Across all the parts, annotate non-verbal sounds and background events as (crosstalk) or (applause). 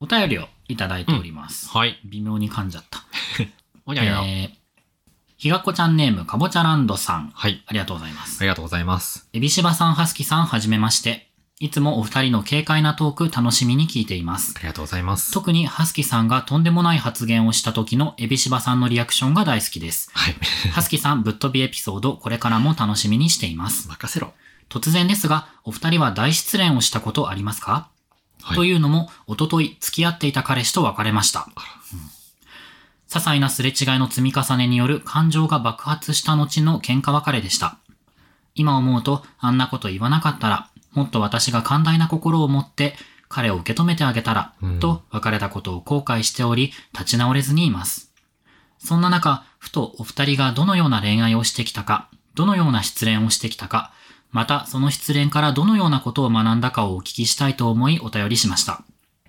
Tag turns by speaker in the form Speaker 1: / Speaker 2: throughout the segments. Speaker 1: お便りをいただいております。
Speaker 2: はい。
Speaker 1: 微妙に噛んじゃった。
Speaker 2: (laughs) お
Speaker 1: え
Speaker 2: にゃにゃ。
Speaker 1: ー、ひがこちゃんネーム、かぼちゃランドさん。
Speaker 2: はい。
Speaker 1: ありがとうございます
Speaker 2: あ。りがとうございます。
Speaker 1: エビシバさん、ハスキさん、はじめまして。いつもお二人の軽快なトーク楽しみに聞いています
Speaker 2: あ。りがとうございます。
Speaker 1: 特にハスキさんがとんでもない発言をした時のエビシバさんのリアクションが大好き
Speaker 2: (laughs)
Speaker 1: です。
Speaker 2: はい。
Speaker 1: ハスキさんぶっ飛びエピソード、これからも楽しみにしています。
Speaker 2: 任せろ。
Speaker 1: 突然ですが、お二人は大失恋をしたことありますか、
Speaker 2: はい
Speaker 1: というのも、おととい付き合っていた彼氏と別れました。うん些細なすれ違いの積み重ねによる感情が爆発した後の喧嘩別れでした。今思うと、あんなこと言わなかったら、もっと私が寛大な心を持って、彼を受け止めてあげたら、
Speaker 2: うん
Speaker 1: と別れたことを後悔しており、立ち直れずにいます。そんな中、ふとお二人がどのような恋愛をしてきたか、どのような失恋をしてきたか、またその失恋からどのようなことを学んだかをお聞きしたいと思いお便りしました。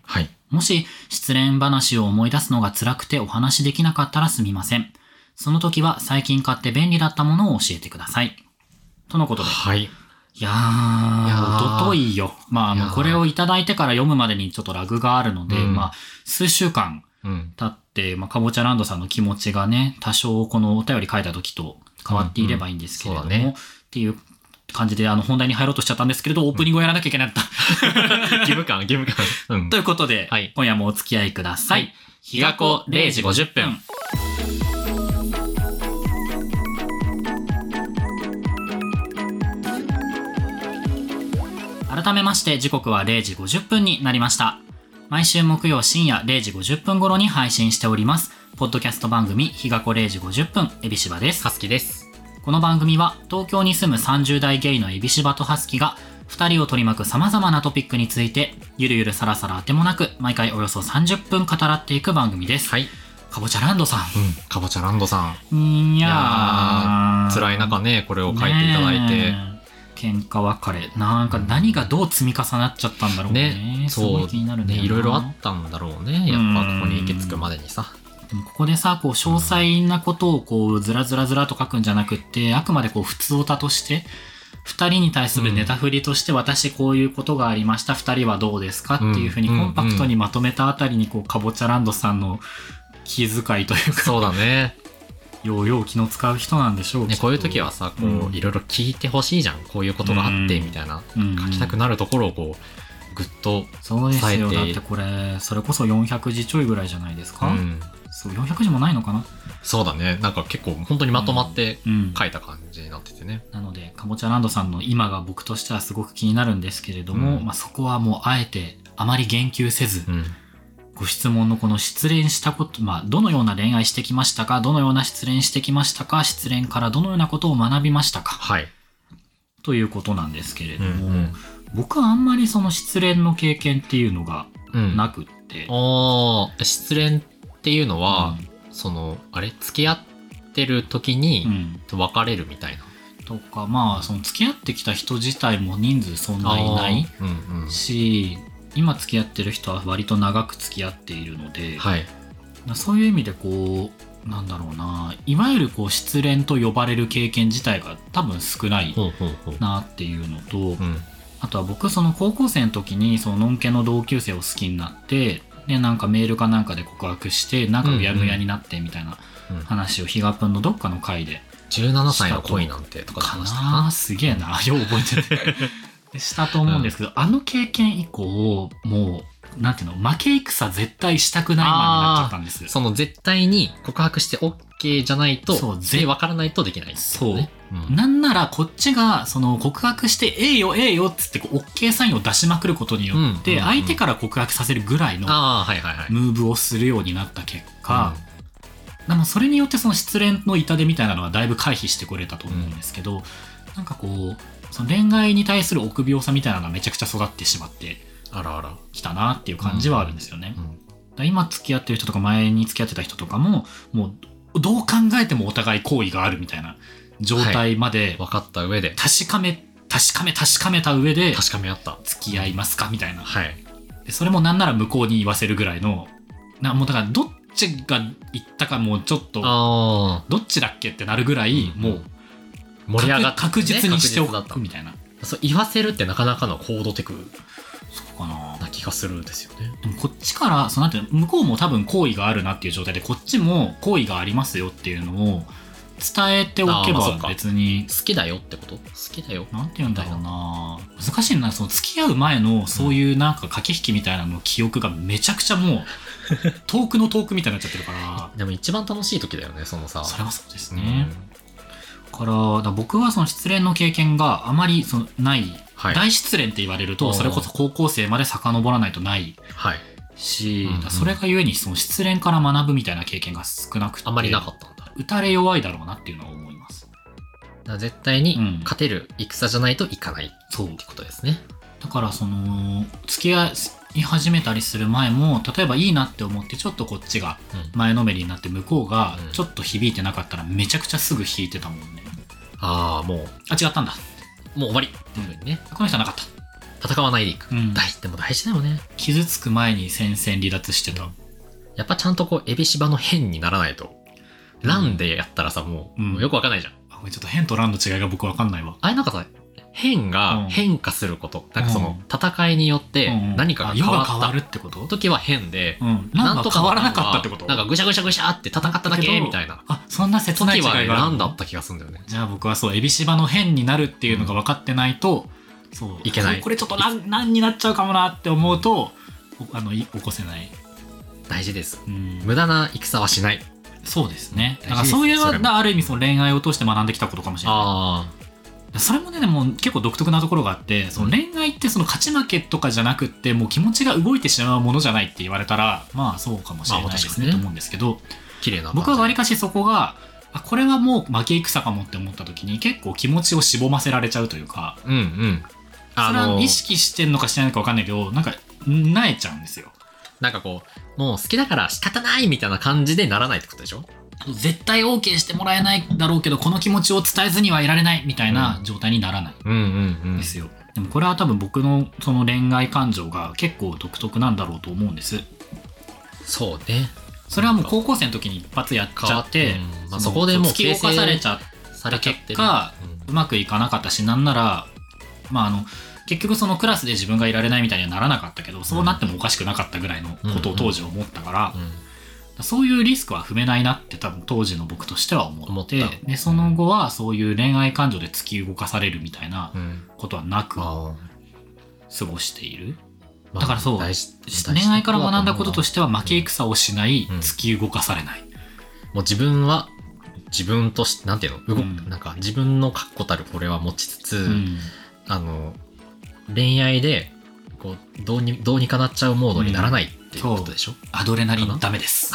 Speaker 2: はい。
Speaker 1: もし失恋話を思い出すのが辛くてお話しできなかったらすみません。その時は最近買って便利だったものを教えてください。とのことで。
Speaker 2: は
Speaker 1: い
Speaker 2: い。
Speaker 1: や
Speaker 2: いや
Speaker 1: ー、
Speaker 2: ー
Speaker 1: おとといよ。まあ、
Speaker 2: いやー
Speaker 1: もうこれをいただいてから読むまでにちょっとラグがあるので、
Speaker 2: うん
Speaker 1: まあ、数週間
Speaker 2: うん。
Speaker 1: 経って、まあ、かぼちゃランドさんの気持ちがね、多少このお便り書いた時と変わっていればいいんですけれども、
Speaker 2: うんうんそうだね
Speaker 1: っていう感じで、あの、本題に入ろうとしちゃったんですけれど、オープニングをやらなきゃいけなかった。
Speaker 2: 義務
Speaker 1: (laughs)
Speaker 2: 感、義務感。うん
Speaker 1: と。いうことで、
Speaker 2: はい
Speaker 1: 今夜もお付き合いくださ。
Speaker 2: はい
Speaker 1: 日
Speaker 2: がこ0時50分。
Speaker 1: 改めまして時刻は0時50分になりました。毎週木曜深夜0時50分頃に配信しております。ポッドキャスト番組日がこ0時50分、エビシバです
Speaker 2: か。すきです。
Speaker 1: この番組は東京に住む30代ゲイのエビシバとハスキが2人を取り巻く様々なトピックについてゆるゆるさらさらあてもなく毎回およそ30分語らっていく番組です、
Speaker 2: はい。
Speaker 1: かぼちゃランドさ
Speaker 2: うん。かぼちゃランドさん。
Speaker 1: んい
Speaker 2: い
Speaker 1: やー
Speaker 2: 辛い中ね、これを書いていただいて。
Speaker 1: ねえ喧嘩別れなんか何がどう積み重なっちゃったんだろうね
Speaker 2: ね、
Speaker 1: すご
Speaker 2: そ、
Speaker 1: いう気になるんだよ
Speaker 2: ね、
Speaker 1: ない
Speaker 2: ろいろあったんだろうね。やっぱここに行き着くまでにさ。
Speaker 1: でもここでさこう詳細なことをこうずらずらずらと書くんじゃなくってあくまでこう普通オタとして2人に対するネタ振りとして私こういうことがありました2人はどうですかっていうふうにコ
Speaker 2: うん
Speaker 1: ンパクトにまとめたあたりにこうかぼちゃランドさんの気遣いというか (laughs)
Speaker 2: そうだね。
Speaker 1: ようよう気の使う人なんでしょう
Speaker 2: ね、
Speaker 1: きっと
Speaker 2: こういう時はさ、こ
Speaker 1: うん
Speaker 2: う、いろいろ聞いてほしいじゃん。こういうことがあって、
Speaker 1: うん
Speaker 2: みたいな。
Speaker 1: うん
Speaker 2: 書きたくなるところをこう、ぐっと、
Speaker 1: そうですよだっ
Speaker 2: 伝えて
Speaker 1: てこれそれこそ400字ちょいぐらいじゃないです
Speaker 2: う
Speaker 1: か、
Speaker 2: ん。
Speaker 1: そう400字もないのかな、
Speaker 2: そうだね。なんか結構、本当にまとまって
Speaker 1: うん、
Speaker 2: 書いた感じになっててね。
Speaker 1: なのでかぼちゃランドさんの今が僕としてはすごく気になるんですけれども、
Speaker 2: うん
Speaker 1: まあ、そこはもうあえてあまり言及せず、
Speaker 2: うん。
Speaker 1: ご質問のこの失恋したこと、まあ、どのような恋愛してきましたかどのような失恋してきましたか失恋からどのようなことを学びましたか
Speaker 2: はい。
Speaker 1: ということなんですけれ
Speaker 2: う
Speaker 1: ど
Speaker 2: ん。う
Speaker 1: も、
Speaker 2: ん
Speaker 1: 僕はあんまりその失恋の経験っていうのが
Speaker 2: うん。
Speaker 1: なくって、
Speaker 2: あー失恋っていうのは、
Speaker 1: う
Speaker 2: その、あれ付き合ってる時に、
Speaker 1: ん
Speaker 2: 別れるみたいな。
Speaker 1: とかまあその付き合ってきた人自体も人数そんなにいない
Speaker 2: あーうんうん。
Speaker 1: し今付き合ってる人は割と長く付き合っているので、
Speaker 2: はい。
Speaker 1: そういう意味でこうなんだろうないわゆるこう失恋と呼ばれる経験自体が多分少ない
Speaker 2: ほうほうほう。
Speaker 1: なっていうのと、
Speaker 2: うん。
Speaker 1: あとは僕その高校生の時にそののんけの同級生を好きになってでなんかメールかなんかで告白してなんかうやむやになってみたいな
Speaker 2: うん
Speaker 1: 話を比嘉君のどっかの回で
Speaker 2: 17歳の恋なんてとか
Speaker 1: か
Speaker 2: 話した
Speaker 1: なすげえなよう覚えて
Speaker 2: (laughs)
Speaker 1: るでしたと思うんですけど、あの経験以降もうなんていうの負け戦絶対したくないマンになっちゃったんです
Speaker 2: その絶対に告白して OK じゃないと、
Speaker 1: そう
Speaker 2: で、わからないとできない、
Speaker 1: そう。
Speaker 2: うん。
Speaker 1: なんならこっちがその告白して「ええよええよ」っつってこう OK サインを出しまくることによっ
Speaker 2: うん
Speaker 1: て
Speaker 2: うんうん
Speaker 1: 相手から告白させるぐらいの
Speaker 2: ああ、はいはいはい。
Speaker 1: ムーブをするようになった結果、でもそれによってその失恋の痛手みたいなのはだいぶ回避してくれたと思うんですけど、なんかこうその恋愛に対する臆病さみたいなのがめちゃくちゃ育ってしまって
Speaker 2: うんあらあら。
Speaker 1: きたなっていう感じはあるんですよね。
Speaker 2: うん
Speaker 1: だから今付き合ってる人とか前に付き合ってた人とかももうどう考えてもお互い好意があるみたいな状態まで、
Speaker 2: 分かった上で、
Speaker 1: 確かめ確かめ確かめた上で
Speaker 2: 確かめ合った。
Speaker 1: 付き合いますかみたいな
Speaker 2: はい。
Speaker 1: でそれもなんなら向こうに言わせるぐらいのなもうだからどっちが言ったかもうちょっと
Speaker 2: あ
Speaker 1: どっちだっけってなるぐらい
Speaker 2: うん
Speaker 1: もう
Speaker 2: あ、盛り上がった、
Speaker 1: 確確実にしてお
Speaker 2: 確実だ
Speaker 1: くみたいな
Speaker 2: った。そう、言わせるってなかなかの高度テク
Speaker 1: そうかな
Speaker 2: な気がするんですよね。
Speaker 1: でもこっちからそのなんていうの向こうも多分好意があるなっていう状態でこっちも好意がありますよっていうのを伝えておけ
Speaker 2: あーまあそ
Speaker 1: ば
Speaker 2: っか
Speaker 1: 別に
Speaker 2: 好きだよってこと好きだよ。
Speaker 1: なんて言うんだろうな難しいなその付き合う前のそういうなんか駆け引きみたいなの記憶がめちゃくちゃ
Speaker 2: (laughs)
Speaker 1: もう遠くの遠くみたいになっちゃってるか
Speaker 2: でも一番楽しい時だよね、そのさ。
Speaker 1: らそれはそうです
Speaker 2: うん
Speaker 1: ね、だからだから僕はその失恋の経験があまりそのない、
Speaker 2: はい。
Speaker 1: 大失恋って言われる
Speaker 2: う
Speaker 1: と
Speaker 2: ん
Speaker 1: それこそ高校生まで遡らないとない
Speaker 2: はい。
Speaker 1: し、
Speaker 2: うん
Speaker 1: だ
Speaker 2: うん
Speaker 1: からそれがゆえにその失恋から学ぶみたいな経験が少なくて
Speaker 2: あんまりなかったんだ。だか
Speaker 1: 打たれ弱いだろうなっていうのは思います
Speaker 2: ら絶対
Speaker 1: うん
Speaker 2: に勝てる戦じゃないといかないっ
Speaker 1: そう
Speaker 2: てことですね。
Speaker 1: だからその付き合い始めたりする前も例えばいいなって思ってちょっとこっちが
Speaker 2: うん
Speaker 1: 前のめりになって向こうが
Speaker 2: うん
Speaker 1: ちょっと響いてなかったらめちゃくちゃすぐ引いてたもんね
Speaker 2: ああ、もう、
Speaker 1: あ違ったんだ
Speaker 2: もう終わりっていうふうにね、
Speaker 1: この人はなかった、
Speaker 2: 戦わないでいく。
Speaker 1: うん
Speaker 2: 大でも大事だよね。
Speaker 1: 傷つく前に戦線離脱してた
Speaker 2: やっぱちゃんとこう、エビシバの変にならないと。ランでやったらさ、もう、
Speaker 1: うん
Speaker 2: もうよくわかんないじゃん。
Speaker 1: あこれちょっと変と乱の違いが僕わかんないわ
Speaker 2: あれなんかさ、変
Speaker 1: うん
Speaker 2: が変化すること。なんかそうの
Speaker 1: ん、
Speaker 2: 戦いによって
Speaker 1: うんうん
Speaker 2: 何かが
Speaker 1: あ
Speaker 2: 変
Speaker 1: 世
Speaker 2: わ
Speaker 1: が
Speaker 2: った。
Speaker 1: 変わるってこと
Speaker 2: 時は変で、
Speaker 1: うんなん
Speaker 2: と
Speaker 1: か変わらなかったってこと
Speaker 2: なんかぐしゃぐしゃぐしゃって戦っただけみたいな。
Speaker 1: あそんな切ない違
Speaker 2: 時
Speaker 1: いが
Speaker 2: は
Speaker 1: あ
Speaker 2: ね、
Speaker 1: る
Speaker 2: ランだった気がするんだよね。
Speaker 1: じゃあ僕はそう、エビシバの変になるっていうのが分かってないと、そう、
Speaker 2: いけない
Speaker 1: これこれちょっと乱乱になっちゃうかもなって思うと、おあの、い起こせない。
Speaker 2: 大事です。
Speaker 1: うん
Speaker 2: 無駄な戦はしない。
Speaker 1: そうですね。だ
Speaker 2: 大事です
Speaker 1: からそういう
Speaker 2: それも
Speaker 1: ある意味その恋愛を通して学んできたことかもしれな
Speaker 2: あ
Speaker 1: い。それもね、でも結構独特なところがあって、その恋愛ってその勝ち負けとかじゃなくって、もう気持ちが動いてしまうものじゃないって言われたら、まあそうかもしれないですね、
Speaker 2: まあ確かにね
Speaker 1: と思うんですけど、
Speaker 2: あ、綺麗な。
Speaker 1: 僕はわり
Speaker 2: か
Speaker 1: かしそこが、あこれはもう負け戦かもって思った時に結構気持ちをしぼませられちゃうというか、
Speaker 2: うんうん。あ
Speaker 1: それは
Speaker 2: の
Speaker 1: 意、識してんのかしてないのか分かんないけどなんかなえちゃうんですよ
Speaker 2: なんかこう、もう好きだから仕方ないみたいな感じでならないってことでしょ
Speaker 1: 絶対 OK してもらえないだろうけどこの気持ちを伝えずにはいられないみたいな
Speaker 2: うん
Speaker 1: 状態にならない
Speaker 2: うんうんうん
Speaker 1: んですよ、でもこれは多分僕のその恋愛感情が結構独特なんだろうと思うんです
Speaker 2: そうね。
Speaker 1: それはもう高校生の時に一発やっちゃって
Speaker 2: 変わっ、うんまあ
Speaker 1: の
Speaker 2: そこでもう
Speaker 1: 突き動かされちゃっ
Speaker 2: されちゃってる
Speaker 1: 結果うまくいかなかったしなんならまああの結局そのクラスで自分がいられないみたいにはならなかったけどそうなってもおかしくなかったぐらいのことを当時思ったから、
Speaker 2: うんうん
Speaker 1: そういうリスクは踏めないなって多分当時の僕としては思って
Speaker 2: 思った
Speaker 1: でその後はそういう恋愛感情で突き動かされるみたいな
Speaker 2: うん
Speaker 1: ことはなく過
Speaker 2: あ
Speaker 1: ごしている、
Speaker 2: あ
Speaker 1: だからそう
Speaker 2: 大事
Speaker 1: 恋愛から学んだこととしては負け
Speaker 2: うん
Speaker 1: 戦をしない、
Speaker 2: うん
Speaker 1: 突き動かされない、
Speaker 2: もう自分は自分としてなんていうの動く、
Speaker 1: うん
Speaker 2: なんか自分の確固たるこれは持ちつつ、
Speaker 1: うん
Speaker 2: あの恋愛でこうどうにどうにかなっちゃうモードにならないっていう
Speaker 1: うん
Speaker 2: ことでしょ、
Speaker 1: アドレナリ
Speaker 2: か
Speaker 1: ン
Speaker 2: な
Speaker 1: ダメです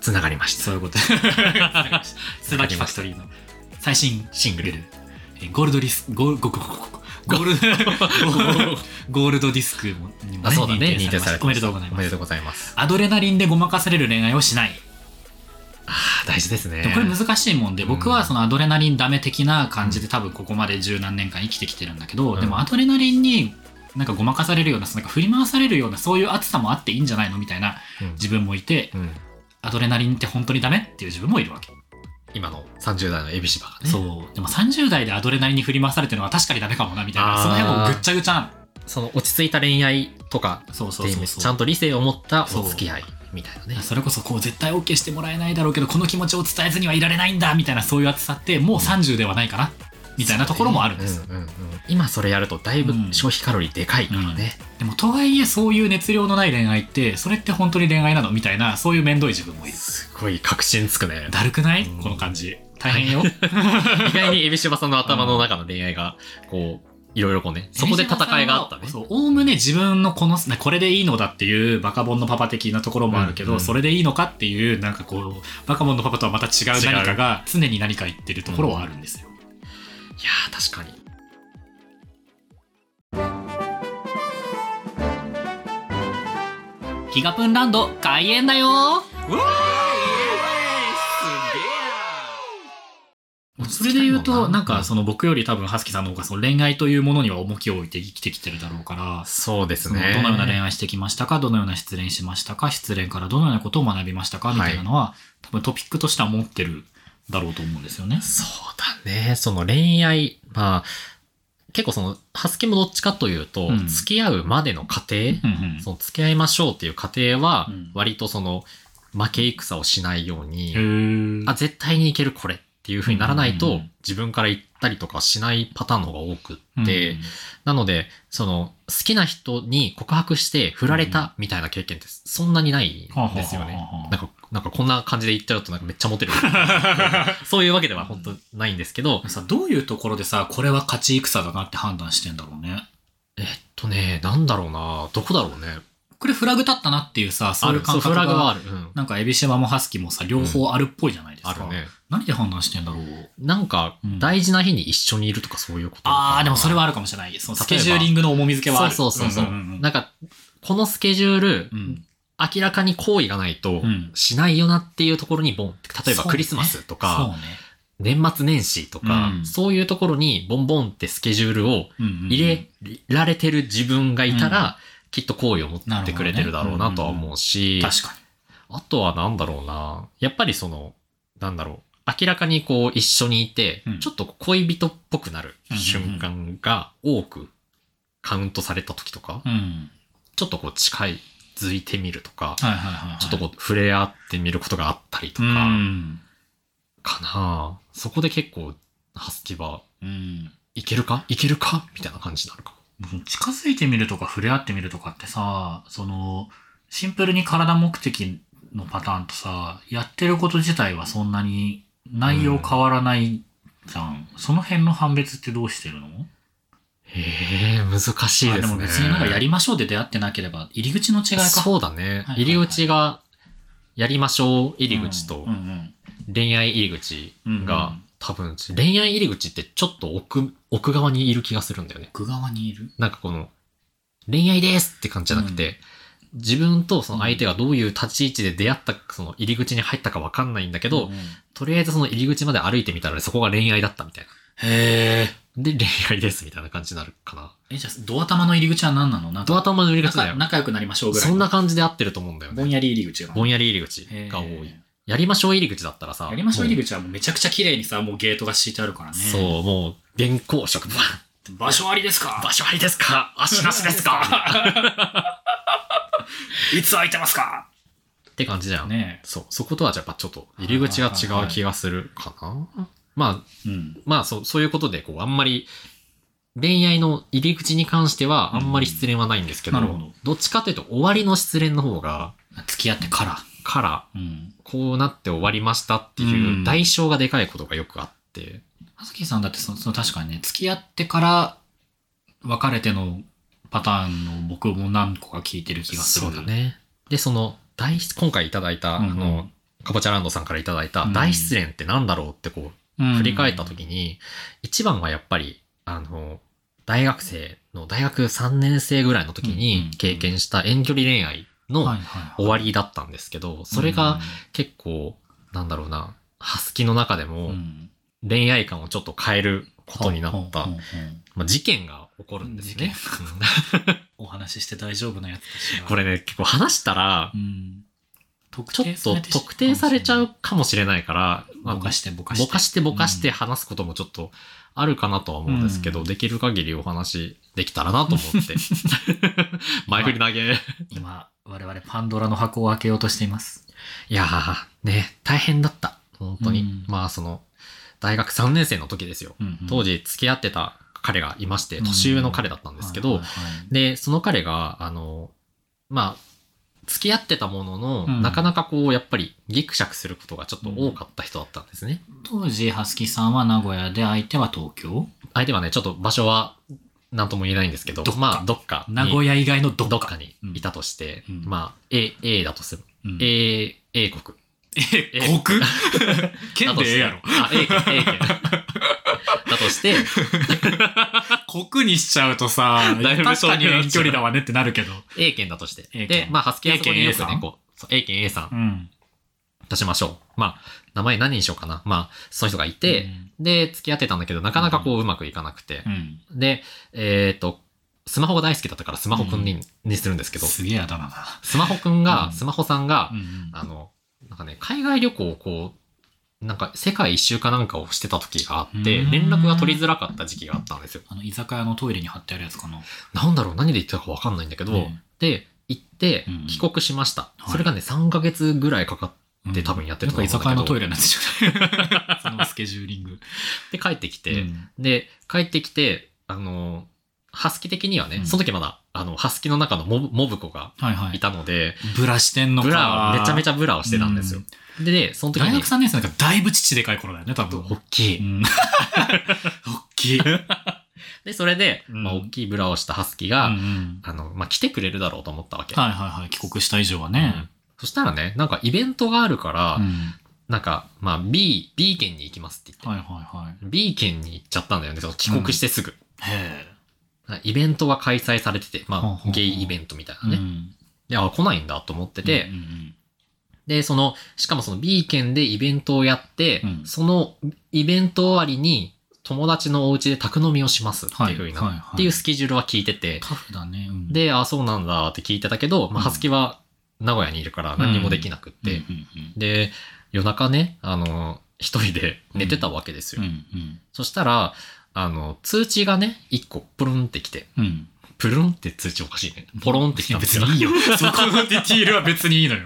Speaker 2: つながりました
Speaker 1: そういうこと椿ファクトリーの最
Speaker 2: (laughs)
Speaker 1: 新シ (laughs) ングルえゴールドリスゴールゴゴゴゴゴゴールドゴールドディスクもにも
Speaker 2: あそうだね認
Speaker 1: 認
Speaker 2: 定
Speaker 1: 定
Speaker 2: さ
Speaker 1: され
Speaker 2: れて
Speaker 1: ておめでとうござい
Speaker 2: お
Speaker 1: ま
Speaker 2: めですとうございます
Speaker 1: アドレナリンでごまかされる恋愛をしない
Speaker 2: あー大事ですね
Speaker 1: でもこれ難しいもんで僕はそのアドレナリンダメ的な感じで多分ここまで十何年間生きてきてるんだけど、
Speaker 2: うん
Speaker 1: でもアドレナリンになんかごまかされるようななんか振り回されるようなそういう熱さもあっていいんじゃないのみたいな
Speaker 2: うん
Speaker 1: 自分もいて
Speaker 2: うん
Speaker 1: アドレナリンって本当にダメっていう自分もいるわけ、
Speaker 2: 今の30代のエビシバがね
Speaker 1: そうでも30代でアドレナリンに振り回されてるのは確かにダメかもなみたい
Speaker 2: あ
Speaker 1: な
Speaker 2: ー
Speaker 1: その辺もぐっちゃぐちゃなの
Speaker 2: その落ち着いた恋愛とか
Speaker 1: そう
Speaker 2: っ
Speaker 1: そ
Speaker 2: て
Speaker 1: う
Speaker 2: いう意味
Speaker 1: そう
Speaker 2: ですちゃ
Speaker 1: そ
Speaker 2: ん
Speaker 1: う
Speaker 2: と理性を持ったお付き合いみたいなね
Speaker 1: それこそこう絶対 OK してもらえないだろうけどこの気持ちを伝えずにはいられないんだみたいなそういう熱さってもう30ではないかなみたいなところもあるんです、
Speaker 2: うんうんうん今それやるとだいぶ消費カロリーでかいからね、
Speaker 1: でもとはいえそういう熱量のない恋愛ってそれって本当に恋愛なのみたいなそういう面倒い自分もいる
Speaker 2: すごい確信つくね
Speaker 1: だるくない、
Speaker 2: うん
Speaker 1: この感じ大変 (laughs) よ
Speaker 2: 意外に海老バさんの頭の中の恋愛がこういろいろこうねそこで戦いがあったね
Speaker 1: そうおおむね自分のこのねこれでいいのだっていうバカボンのパパ的なところもあるけど、
Speaker 2: うんうん
Speaker 1: それでいいのかっていうなんかこうバカボンのパパとはまた違う
Speaker 2: 違う
Speaker 1: 何かが常に何か言ってるところはあるんですよ、
Speaker 2: いやー確かに
Speaker 1: ヒガプンランド開演だよそれで言うと、なんかその僕より多分、ハスキさんの方がその恋愛というものには重きを置いて生きてきてるだろうから、
Speaker 2: そうです
Speaker 1: その
Speaker 2: ね
Speaker 1: どのような恋愛してきましたか、どのような失恋しましたか、失恋からどのようなことを学びましたか、みたいなのは、多分トピックとしては持ってるだろうと思うんですよね。
Speaker 2: そうだねその恋愛まあ結構その、ハスキもどっちかというと、
Speaker 1: うん
Speaker 2: 付き合うまでの過程、
Speaker 1: うんうん
Speaker 2: その付き合いましょうっていう過程は
Speaker 1: うん、
Speaker 2: 割とその、負け戦をしないように、
Speaker 1: へ
Speaker 2: あ、絶対にいけるこれっていう風にならないと、
Speaker 1: うんうんうん
Speaker 2: 自分から言ったりとかしないパターンの方が多く
Speaker 1: え
Speaker 2: って、なので、その、好きな人に告白して振られたみたいな経験ってそんなにないんですよ
Speaker 1: は
Speaker 2: ね
Speaker 1: あはあはあはあ。
Speaker 2: なんか、なんかこんな感じで言っちゃうとなんかめっちゃモテる。そういうわけでは本当ないんですけど、
Speaker 1: さどういうところでさこれは勝ち戦だなって判断してんだろうね
Speaker 2: えっとね、なんだろうな、どこだろうね。
Speaker 1: これフラグ立ったなっていうさそ
Speaker 2: あ
Speaker 1: うい
Speaker 2: る
Speaker 1: う、
Speaker 2: そ
Speaker 1: 感
Speaker 2: う、フ
Speaker 1: 覚
Speaker 2: ラグは
Speaker 1: が
Speaker 2: ある。うん。
Speaker 1: なんかエビシマもハスキーもさ両方あるっぽいじゃないです
Speaker 2: あ
Speaker 1: か、
Speaker 2: るね。
Speaker 1: 何で判断してんだろう
Speaker 2: なんか
Speaker 1: う、ん
Speaker 2: 大事な日に一緒にいるとかそういうことかな
Speaker 1: あーでもそれはあるかもしれないその
Speaker 2: 例えば
Speaker 1: スケジューリングの重み付けはある
Speaker 2: そうそうそうそう。
Speaker 1: んんん
Speaker 2: なんか、このスケジュール、
Speaker 1: うん
Speaker 2: 明らかに好意がないと
Speaker 1: うん、
Speaker 2: しないよなっていうところにボンって。例えばクリスマスと
Speaker 1: そう
Speaker 2: か、
Speaker 1: ね
Speaker 2: 年末年始とか、
Speaker 1: うん
Speaker 2: そういうところにボンボンってスケジュールを
Speaker 1: うんうんうん
Speaker 2: 入れられてる自分がいたら、きっと好意を持ってくれてるだろうなとは思うし、
Speaker 1: 確か
Speaker 2: あとはなんだろうな。やっぱりその、なんだろう。明らかにこう一緒にいて、
Speaker 1: うん
Speaker 2: ちょっと恋人っぽくなる
Speaker 1: うんうんうん
Speaker 2: 瞬間が多くカウントされた時とか、
Speaker 1: にうん
Speaker 2: ちょっとこう近づいてみるとか、
Speaker 1: はいはいはいはい
Speaker 2: ちょっとこう触れ合ってみることがあったりとか、
Speaker 1: うん
Speaker 2: かなぁそこで結構、ハスキバ
Speaker 1: うん
Speaker 2: いけるかいけるかみたいな感じになるかも。
Speaker 1: 近づいてみるとか触れ合ってみるとかってさそのシンプルに体目的のパターンとさやってること自体はそんなに内容変わらないじゃん、その辺の判別ってどうしてるの
Speaker 2: へえ、難しい
Speaker 1: あ
Speaker 2: ですね。
Speaker 1: も別になんかやりましょうで出会ってなければ入り口の違いか
Speaker 2: そうだね。
Speaker 1: はいはいはい
Speaker 2: 入り口が、やりましょう入り口と
Speaker 1: うんう、ん
Speaker 2: 恋愛入り口
Speaker 1: うんう
Speaker 2: が
Speaker 1: ん、
Speaker 2: 多分、恋愛入り口ってちょっと奥、奥側にいる気がするんだよね。
Speaker 1: 奥側にいる
Speaker 2: なんかこの、恋愛ですって感じじゃなくて、自分とその相手がどういう立ち位置で出会った、その入り口に入ったかわかんないんだ
Speaker 1: け
Speaker 2: けど、とりあえずその入り口まで歩いてみたらそこが恋愛だったみたいな。
Speaker 1: へ
Speaker 2: で、恋愛ですみたいな感じになるかな。
Speaker 1: えじゃあドア玉の入り口は何なのなんか
Speaker 2: ドア頭の入り口だ
Speaker 1: 仲
Speaker 2: よ。
Speaker 1: 仲良くなりましょうぐらい
Speaker 2: そんな感じで合ってると思うんだよ
Speaker 1: ぼん
Speaker 2: ね。
Speaker 1: やり入り口が
Speaker 2: ぼんやり入り口が多い。やりましょう入り口だったらさ。
Speaker 1: やりましょう入
Speaker 2: 口
Speaker 1: り口はもうめちゃくちゃ綺麗にさもうゲートが敷いてあるからね
Speaker 2: そう、もう、現行色、バ (laughs) ン
Speaker 1: 場所ありですか
Speaker 2: 場所ありですか足なしで
Speaker 1: (laughs)
Speaker 2: すか
Speaker 1: いつ空いてますか
Speaker 2: って感じだよね。
Speaker 1: ね
Speaker 2: そう、そことはじゃあやっぱちょっと入り口が違う気がするかな。まあ、
Speaker 1: え。うん。
Speaker 2: まあそう、そういうことで、こう、あんまり、恋愛の入り口に関しては、あんまり失恋はないんですけど、
Speaker 1: うんなるほど
Speaker 2: どっちかというと、終わりの失恋の方が、
Speaker 1: 付き合ってから。
Speaker 2: から、
Speaker 1: うん。
Speaker 2: こうなって終わりましたって
Speaker 1: う
Speaker 2: い
Speaker 1: ん
Speaker 2: う代償がでかいことがよくあって、
Speaker 1: 葉月さんだってその、その確かにね、付き合ってから別れてのパターンの僕も何個か聞いてる気がする。
Speaker 2: そうだ。ね。で、その、大失、今回いただいた、
Speaker 1: うんうん
Speaker 2: あの、かぼちゃランドさんからいただいた
Speaker 1: うん
Speaker 2: 大失恋ってなんだろうってこ
Speaker 1: う
Speaker 2: う、
Speaker 1: ん。
Speaker 2: 振り返った時に、一番はやっぱり、あの、大学生の、大学3年生ぐらいの時
Speaker 1: うんうん
Speaker 2: に経験した遠距離恋愛
Speaker 1: はい
Speaker 2: の
Speaker 1: はい
Speaker 2: 終わりだったんですけど、それが、結構、なんだろうな、ハスキの中で
Speaker 1: うん
Speaker 2: も
Speaker 1: うん
Speaker 2: 恋愛観をちょっと変えることになっ
Speaker 1: ほ
Speaker 2: た
Speaker 1: うほうほうほう
Speaker 2: まあ、事件が起こるんですね。
Speaker 1: お話しして大丈夫なやつだし
Speaker 2: (laughs) こ
Speaker 1: れ、
Speaker 2: れね、結構話したら
Speaker 1: う、ん。特
Speaker 2: ちょ
Speaker 1: 定
Speaker 2: っ
Speaker 1: さ
Speaker 2: と
Speaker 1: れてし
Speaker 2: 特定されちゃう。かもしれないから、まあ
Speaker 1: ぼかしてぼかして。
Speaker 2: ぼかしてぼかして話すこともちょっとあるかなとは思うんですけど、
Speaker 1: うん
Speaker 2: できる限りお話できたらなと思 (laughs) って。前振り投げ。い
Speaker 1: 今、我々パンドラの箱を開けようとしています。
Speaker 2: やー、ね、大変だった。本当に。
Speaker 1: うん
Speaker 2: まあ、その、大学3年生の時ですよ。当時付き合ってた彼がいまして、
Speaker 1: うん
Speaker 2: 年上の彼だったんですけど、
Speaker 1: はいはいはい
Speaker 2: で、その彼が、あの、まあ、付き合ってたものの、
Speaker 1: うん
Speaker 2: なかなかこう、やっぱりギクシャクすることがちょっと多かった人だったんですね。
Speaker 1: 当時、ハスキさんは名古屋で、相手は東京
Speaker 2: 相手はね、ちょっと場所は何とも言えないんですけど、
Speaker 1: どっか
Speaker 2: まあ、どっかに。
Speaker 1: 名古
Speaker 2: 屋
Speaker 1: 屋以外のどっ
Speaker 2: どっ
Speaker 1: か。
Speaker 2: かにいたとして、
Speaker 1: うん
Speaker 2: まあ、A、A だとする。
Speaker 1: うん
Speaker 2: A、A 国。
Speaker 1: え、 (laughs) 国県
Speaker 2: だと
Speaker 1: で
Speaker 2: し
Speaker 1: ええ
Speaker 2: て
Speaker 1: やろ。
Speaker 2: あ、A 県、A 県。 (laughs) だとして、
Speaker 1: 国にしちゃうと (laughs) さ、
Speaker 2: だいぶ
Speaker 1: 確かに
Speaker 2: 遠距離になっち
Speaker 1: 遠
Speaker 2: ゃう
Speaker 1: 距離だわねってなるけど。
Speaker 2: A 県だとして。
Speaker 1: A 県
Speaker 2: で、まあ、ハスキーはそこによく
Speaker 1: A 県
Speaker 2: ね
Speaker 1: A、
Speaker 2: こう、そう A 県 A さん
Speaker 1: うん。
Speaker 2: 出しましょう。まあ、名前何にしようかな。まあ、その人がいて、で、付き合ってたんだけど、なかなかこう、うまくいかなくて
Speaker 1: う。ん、
Speaker 2: で、えっ、と、スマホが大好きだったから、スマホくんに,、にするんですけど、
Speaker 1: すげえあだ名だ。
Speaker 2: スマホくんが、
Speaker 1: うん
Speaker 2: スマホさんが、
Speaker 1: うん
Speaker 2: あの、なんかね、海外旅行をこう、なんか世界一周かなんかをしてた時があって、
Speaker 1: うん
Speaker 2: 連絡が取りづらかった時期があったんですよ。
Speaker 1: あの、居酒屋のトイレに貼ってあるやつかな。
Speaker 2: なんだろう何で言ってたかわかんないんだけど、
Speaker 1: うん
Speaker 2: で、行って
Speaker 1: うん、
Speaker 2: 帰国しました、
Speaker 1: はい
Speaker 2: それがね、3ヶ月ぐらいかかって多分やって
Speaker 1: な
Speaker 2: た
Speaker 1: ん
Speaker 2: と思
Speaker 1: か
Speaker 2: うん
Speaker 1: 居酒屋
Speaker 2: だけど、
Speaker 1: のトイレのやつじゃ
Speaker 2: (laughs)
Speaker 1: ないそのスケジューリング。
Speaker 2: で帰ってきて、
Speaker 1: うん
Speaker 2: で、帰ってきて、あの、ハスキ的にはね、
Speaker 1: うん
Speaker 2: その時まだ、あの、ハスキの中のモブモブ子が
Speaker 1: はいはいい。
Speaker 2: たので、
Speaker 1: ブラしてんのか。
Speaker 2: ブラを、めちゃめち
Speaker 1: ゃ。
Speaker 2: ゃブラをしてたんですよ。で、ねその時
Speaker 1: 大
Speaker 2: に
Speaker 1: 学、3年生なんかだいぶ父でかい頃だよね、多分。
Speaker 2: 大き
Speaker 1: う
Speaker 2: い。 (laughs)
Speaker 1: ん。大きい。
Speaker 2: で、それで、
Speaker 1: うん
Speaker 2: まあ、大きいブラをしたハスキ
Speaker 1: う
Speaker 2: が、
Speaker 1: ん
Speaker 2: あの、まあ、来てくれるだろうと思ったわけ。
Speaker 1: はいはいはい。帰国した以上は
Speaker 2: う
Speaker 1: ね
Speaker 2: ん。そしたらね、なんかイベントがあるから、
Speaker 1: うん
Speaker 2: なんか、まあ、B、B 県に行きますって言
Speaker 1: は
Speaker 2: って、
Speaker 1: いはいは
Speaker 2: B 県に行っちゃったんだよね、その帰国してすぐ。
Speaker 1: い。へ
Speaker 2: イベントが開催されてて、
Speaker 1: ほうほ
Speaker 2: ま
Speaker 1: うほ
Speaker 2: あ、
Speaker 1: う
Speaker 2: ゲイイベントみたい
Speaker 1: え。
Speaker 2: なね。
Speaker 1: うん
Speaker 2: で、あ、来ないんだと思ってて、
Speaker 1: うんうん
Speaker 2: で、その、しかもその B 県でイベントをやって、
Speaker 1: うん
Speaker 2: そのイベント終わりに友達のお家で宅飲みをしますっていうふうにな、
Speaker 1: はいはいはい
Speaker 2: っていうスケジュールは聞いてて、
Speaker 1: タフだね。うん、
Speaker 2: で、あ、そうなんだって聞いてたけど、ま
Speaker 1: うん
Speaker 2: あ、ハスキは名古屋にいるから何にもできなくっ
Speaker 1: うんう
Speaker 2: て、
Speaker 1: んうん
Speaker 2: で、夜中ね、あの、一人で寝てたわけですよ。
Speaker 1: うんうん
Speaker 2: そしたら、あの、通知がね、一個、プルンってきて、 (laughs)
Speaker 1: うん。
Speaker 2: プルンって通知おかしいね。ポロンってきたんですよ
Speaker 1: い。
Speaker 2: (laughs)
Speaker 1: や別にいいよ。そこのディティールは別にいいのよ。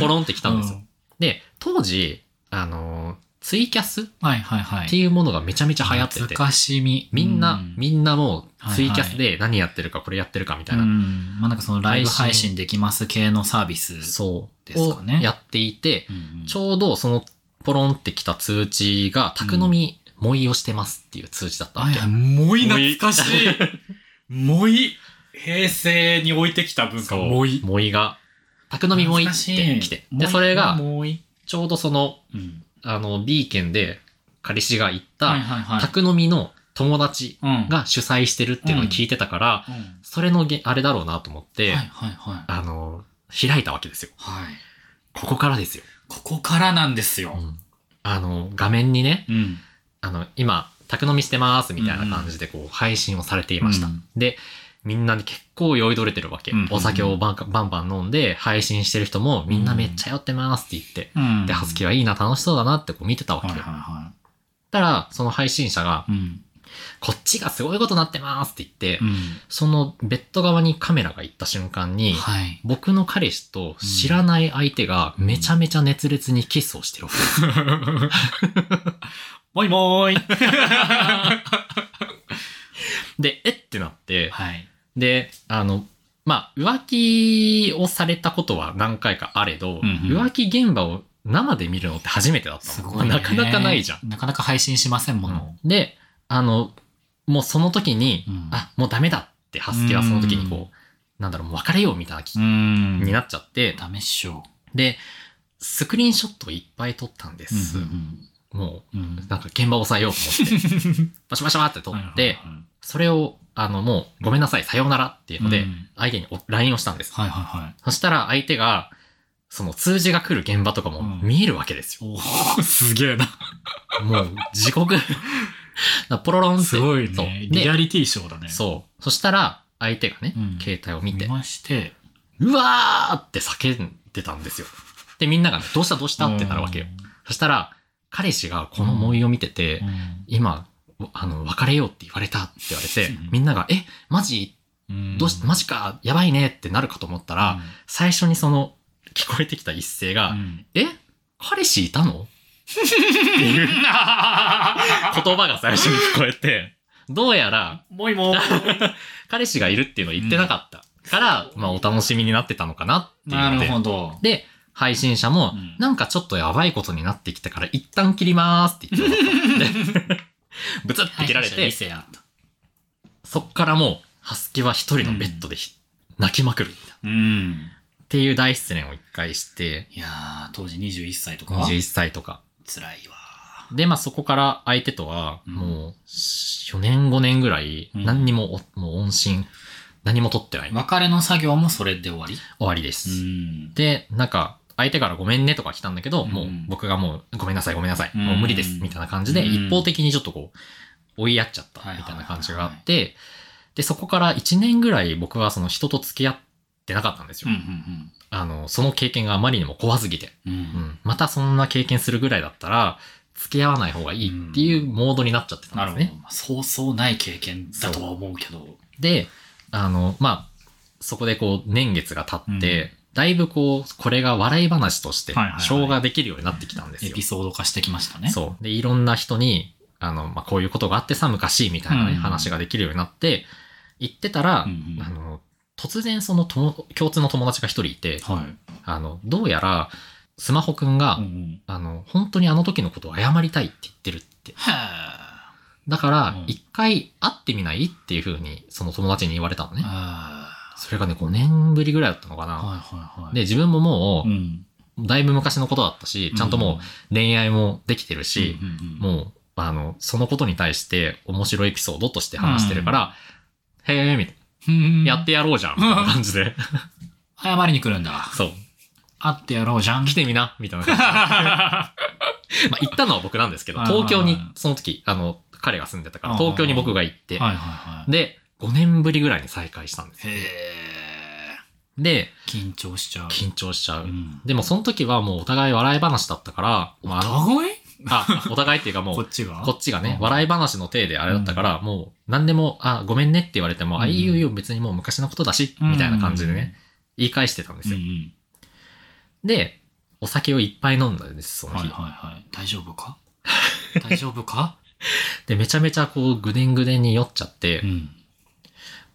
Speaker 2: ポロンってきたんですよ
Speaker 1: う。
Speaker 2: で、当時、あの、ツイキャスっ
Speaker 1: はいはいはい。
Speaker 2: ていうものがめちゃめちゃ流行ってて、
Speaker 1: 懐かしみ。
Speaker 2: みんな、
Speaker 1: うん
Speaker 2: みんなもうツイキャスで何やってるかこれやってるかみたいな、
Speaker 1: うん。まあなんかそのライブ配
Speaker 2: 配
Speaker 1: 信
Speaker 2: 信
Speaker 1: できます系のサービス。
Speaker 2: そう、
Speaker 1: ですかね
Speaker 2: をやっていて、
Speaker 1: うんうん
Speaker 2: ちょうどそのポロンってきた通知が、宅飲み、萌えをしてますっていう通知だったわ
Speaker 1: はい
Speaker 2: け。
Speaker 1: はいもい懐かしい。もい。平成に置いてきた文化。
Speaker 2: そう
Speaker 1: もい。
Speaker 2: 萌えが、宅飲み萌えって来て、で、それが、
Speaker 1: もい。
Speaker 2: ちょうどその、
Speaker 1: うん。
Speaker 2: あの、B 県で彼氏が行
Speaker 1: はい
Speaker 2: った、
Speaker 1: はいはい。
Speaker 2: 宅飲みの友達
Speaker 1: うん。
Speaker 2: が主催してるっていうのを聞いてたから、
Speaker 1: うん、は
Speaker 2: それのげ、あれだろうなと思っ
Speaker 1: い
Speaker 2: て、
Speaker 1: はいはい。
Speaker 2: あの、開いたわけですよ。
Speaker 1: はい。
Speaker 2: ここからですよ。
Speaker 1: ここからなんですよ。
Speaker 2: あの、画面にね、
Speaker 1: うん。
Speaker 2: あの、今、宅飲みしてますみたいな感じで、こう、配信をされていました。
Speaker 1: うん
Speaker 2: で、みんなに結構酔いどれてるわけ。
Speaker 1: うんうんうん
Speaker 2: お酒をバンバンバン飲んで、配信してる人も、みんなめっちゃ酔ってますって言って、
Speaker 1: うん。
Speaker 2: で、ハスキ
Speaker 1: は
Speaker 2: はいいな、楽しそうだなってこう見てたわけ。
Speaker 1: いはい
Speaker 2: よ
Speaker 1: は
Speaker 2: たら、その配信者が、
Speaker 1: い。うん。
Speaker 2: こっちがすごいことなってますって言って、
Speaker 1: うん。
Speaker 2: そのベッド側にカメラが行った瞬間に、
Speaker 1: はい。
Speaker 2: 僕の彼氏と知らない相手がめちゃめちゃ熱烈にキスをしてる。
Speaker 1: もいもーい。
Speaker 2: で、えってなって、
Speaker 1: はい。
Speaker 2: で、あの、まあ、浮気をされたことは何回かあれど、
Speaker 1: うんうん
Speaker 2: 浮気現場を生で見るのって初めてだったの。
Speaker 1: すごい、ね。
Speaker 2: なかなかないじゃん。
Speaker 1: ん。なかなか配信しませんもの。
Speaker 2: うんで、あの、もうその時に、
Speaker 1: うん
Speaker 2: あ、もうダメだって、ハスキはその時にこう、
Speaker 1: うん
Speaker 2: なんだろう、もう別れようみたいな気
Speaker 1: ん
Speaker 2: になっちゃって、
Speaker 1: ダメっしょ。
Speaker 2: で、スクリーンショットをいっぱい撮ったんです。も
Speaker 1: う
Speaker 2: う、
Speaker 1: ん。
Speaker 2: なんか現場を抑えようと思って、
Speaker 1: (laughs)
Speaker 2: バシャバシャって撮って、それを、あの、もう、ごめんなさい、さようならっていうの
Speaker 1: う
Speaker 2: で
Speaker 1: ん、
Speaker 2: 相手にお LINE をしたんです。
Speaker 1: はいはいはい。
Speaker 2: そしたら相手が、その通知が来る現場とかも
Speaker 1: うん
Speaker 2: 見えるわけですよ。
Speaker 1: おお、すげえな。
Speaker 2: もう、地獄。 (laughs) ポロロンって。
Speaker 1: すごい
Speaker 2: そう
Speaker 1: ね。リア
Speaker 2: で、
Speaker 1: リティショーだね。
Speaker 2: そう。そしたら、相手がね、
Speaker 1: うん
Speaker 2: 携帯を見て、
Speaker 1: まして、
Speaker 2: うわーって叫んでたんですよ。で、みんながね、どうしたどうしたってなるわけよ。そしたら、彼氏がこの思いを見てて、
Speaker 1: うん。
Speaker 2: 今、あの、別れようって言われたって言われて
Speaker 1: うん、
Speaker 2: みんなが、え、マジ
Speaker 1: うん
Speaker 2: どうし、マジか、やばいねってなるかと思ったら、、最初にその、聞こえてきた一声が、
Speaker 1: うんうん
Speaker 2: え彼氏いたのっていう言葉が最初に聞こえて、どうやら、
Speaker 1: (laughs) もいもい。
Speaker 2: 彼氏がいるっていうのを言ってなかった。から、まあ、お楽しみになってたのかなっていう
Speaker 1: な
Speaker 2: の
Speaker 1: る
Speaker 2: で。
Speaker 1: ほど。
Speaker 2: で、配信者も、
Speaker 1: うん
Speaker 2: なんかちょっとやばいことになってきたから、一旦切りますって言って終わ (laughs) った、でブツって切られて、
Speaker 1: せや。
Speaker 2: そっからもう、ハスキは一人のベッドでひ、泣きまくるみたい
Speaker 1: う
Speaker 2: な。
Speaker 1: ん。
Speaker 2: っていう大失恋を一回して、
Speaker 1: いやー、当時21歳とかは
Speaker 2: 21歳とか。
Speaker 1: 辛いわ。
Speaker 2: で、まあそこから相手とは、
Speaker 1: うん
Speaker 2: もう、4年5年ぐらい、
Speaker 1: うん
Speaker 2: 何にもお、もう音信、何も取ってない。終
Speaker 1: 別れの作業もそれで終わり
Speaker 2: わりです。
Speaker 1: ん。
Speaker 2: で、なんか、相手からごめんねとか来たんだけど、
Speaker 1: うん
Speaker 2: もう僕がもう、ごめんなさいごめんなさい、
Speaker 1: うん
Speaker 2: もう無理です、みたいな感じで、
Speaker 1: うん
Speaker 2: 一方的にちょっとこう、追いやっちゃった、みたいな感じがあって、で、そこから1年ぐらい僕はその人と付き合って、ってなかったんです
Speaker 1: うん
Speaker 2: よ。
Speaker 1: うん
Speaker 2: あの、その経験があまりにも怖すぎて。
Speaker 1: うん。う。
Speaker 2: うんん。またそんな経験するぐらいだったら、付き合わない方がいいっていうモードになっちゃってた
Speaker 1: なんる
Speaker 2: です
Speaker 1: ほ
Speaker 2: ね
Speaker 1: ど。。まあそうそうない経験だとは思うけど。
Speaker 2: で、あの、まあ、そこでこう、年月が経って、
Speaker 1: う
Speaker 2: だいぶこう、これが笑い話として
Speaker 1: はいはいは、い
Speaker 2: 消化できるようになってきたんです
Speaker 1: エ
Speaker 2: よ。
Speaker 1: ピソード化してきましたね。
Speaker 2: そう。で、いろんな人に、あの、まあ、こういうことがあってさ、昔、みたいなね、
Speaker 1: うん
Speaker 2: 話ができるようになって、言ってたら、
Speaker 1: うんうん
Speaker 2: あの、突然その友共通の友達が一人いて、
Speaker 1: はい。
Speaker 2: あの、どうやら、スマホくんが、
Speaker 1: うんうん
Speaker 2: あの、本当にあの時のことを謝りたいって言ってるって。
Speaker 1: へー
Speaker 2: だから
Speaker 1: うん、
Speaker 2: 一回会ってみないっていうふうに、その友達に言われたのね。
Speaker 1: あ
Speaker 2: それがね、5年ぶりぐらいだったのか
Speaker 1: ー
Speaker 2: な。
Speaker 1: はいはいはい。
Speaker 2: で、自分もも
Speaker 1: うん、
Speaker 2: う、だいぶ昔のことだったし、ちゃんともう恋愛もできて
Speaker 1: う
Speaker 2: る
Speaker 1: ん、
Speaker 2: し、
Speaker 1: うんうんうん
Speaker 2: もう、あの、そのことに対して面白いエピソードとして話してるから、へえ、みたい
Speaker 1: うん、
Speaker 2: な、やってやろうじゃん、み
Speaker 1: (laughs)
Speaker 2: たいな感じで。
Speaker 1: 謝りに来るんだ。
Speaker 2: そう。
Speaker 1: 会ってやろうじゃん。
Speaker 2: 来てみな、みたいな感
Speaker 1: (laughs)
Speaker 2: じで。まあ、行ったのは僕なんですけど、
Speaker 1: はいはいは
Speaker 2: 東
Speaker 1: い
Speaker 2: 京に、その時、あの、彼が住んでたから、
Speaker 1: あー
Speaker 2: 東京に僕が行って、
Speaker 1: はいはいはい。
Speaker 2: で、5年ぶりぐらいに再会したんです。
Speaker 1: へ
Speaker 2: で、
Speaker 1: ー緊張しちゃう。
Speaker 2: 緊張しちゃう
Speaker 1: う。ん、
Speaker 2: でも、その時はもうお互い笑い話だったから、まああの、
Speaker 1: 互い
Speaker 2: あ、お互いっていうかも
Speaker 1: こ
Speaker 2: う
Speaker 1: っ、ちが
Speaker 2: こっちがね、
Speaker 1: うん
Speaker 2: 笑い話の体であれだったから、もう、何でも、あ、ごめんねって言われても、
Speaker 1: うん
Speaker 2: あ、いいよいいよ、別にもう昔のことだし、みたいな感じでね、。言い返してたんで
Speaker 1: うん
Speaker 2: す
Speaker 1: う
Speaker 2: よ。
Speaker 1: ん
Speaker 2: で、お酒をいっぱい飲んだんです、その
Speaker 1: はい
Speaker 2: 日。
Speaker 1: はいはい。大丈夫
Speaker 2: (laughs)
Speaker 1: か大丈夫か
Speaker 2: で、めちゃめちゃこう、ぐでんぐでんに酔っちゃって、
Speaker 1: うん。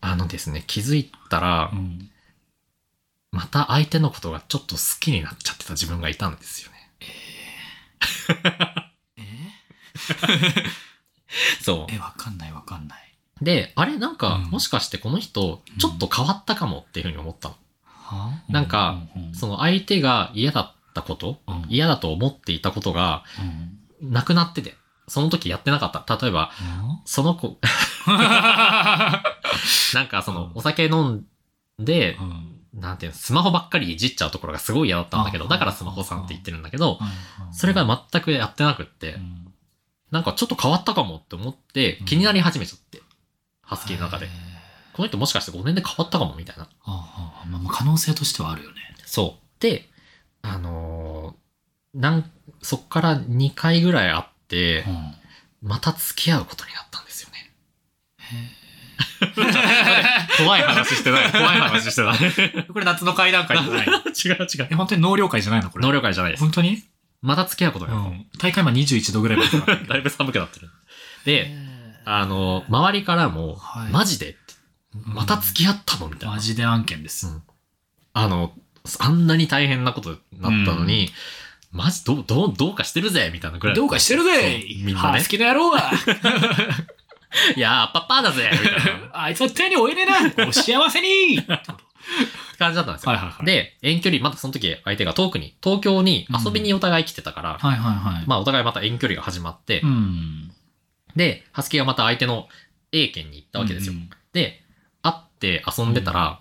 Speaker 2: あのですね、気づいたら
Speaker 1: う、ん
Speaker 2: また相手のことがちょっと好きになっちゃってた自分がいたんですよね。
Speaker 1: え
Speaker 2: そ
Speaker 1: え、わかんないわかんない。
Speaker 2: う。で、あれなんか、
Speaker 1: うん
Speaker 2: もしかしてこの人、ちょっと変わったかもっていうふうに思ったの。
Speaker 1: は
Speaker 2: なんか、
Speaker 1: うんうんうん
Speaker 2: その相手が嫌だったこと、
Speaker 1: うん
Speaker 2: 嫌だと思っていたことが、
Speaker 1: うん
Speaker 2: なくなってて、その時やってなかった。例えば、そ
Speaker 1: (laughs)
Speaker 2: の子、なんかその、お酒飲んで
Speaker 1: う、ん
Speaker 2: なんていうの、スマホばっかりいじっちゃうところがすごい嫌だったんだけど、
Speaker 1: あ
Speaker 2: だからスマホさんって言ってるんだけど、
Speaker 1: うん
Speaker 2: それが全くやってなくって
Speaker 1: う、ん
Speaker 2: なんかちょっと変わったかもって思って
Speaker 1: う、ん
Speaker 2: 気になり始めちゃって、ハスキーの中で
Speaker 1: へー。
Speaker 2: この人もしかして5年で変わったかもみたいな。
Speaker 1: ああまあまあ可能性としてはあるよね。
Speaker 2: そう。で、あのーなん、そっから2回ぐらい会って、
Speaker 1: うん
Speaker 2: また付き合うことになったんですよね。
Speaker 1: へ
Speaker 2: 怖い話してない。怖い話して
Speaker 1: (laughs)
Speaker 2: ない。
Speaker 1: ーこれ夏の会談会じゃない
Speaker 2: 違う違う。
Speaker 1: (laughs) え、本当に納涼会じゃないのこれ。
Speaker 2: 能力会じゃないです。
Speaker 1: 本当に
Speaker 2: また付き合うこと
Speaker 1: う
Speaker 2: になった
Speaker 1: ん。大会今21度ぐらいまで上が (laughs) ってる
Speaker 2: だいぶ寒くなってる。で、
Speaker 1: へー
Speaker 2: あの、周りからも、
Speaker 1: はい
Speaker 2: マジでって
Speaker 1: うん
Speaker 2: また付き合ったのみたいな
Speaker 1: マ。ジで案件です。
Speaker 2: あの、あんなに大変なことになったのに、マジどう、どう、どうかしてるぜみたいなぐらい。
Speaker 1: どうかしてるぜ
Speaker 2: そうみんなね
Speaker 1: 好きな野郎は
Speaker 2: いやー、パッパーだぜみたいな
Speaker 1: あいつは手に負えね (laughs) えなお幸せにはい
Speaker 2: 感じだったんですよ。
Speaker 1: はいはい。
Speaker 2: で、遠距離、またその時相手が遠くに、東京に遊びにお互い来てたから、
Speaker 1: はいはいはい。
Speaker 2: まあお互いまた遠距離が始まって、
Speaker 1: うん。
Speaker 2: で、ハスキーはまた相手の A 県に行ったわけですよ。
Speaker 1: うん
Speaker 2: で、会って遊んでたら、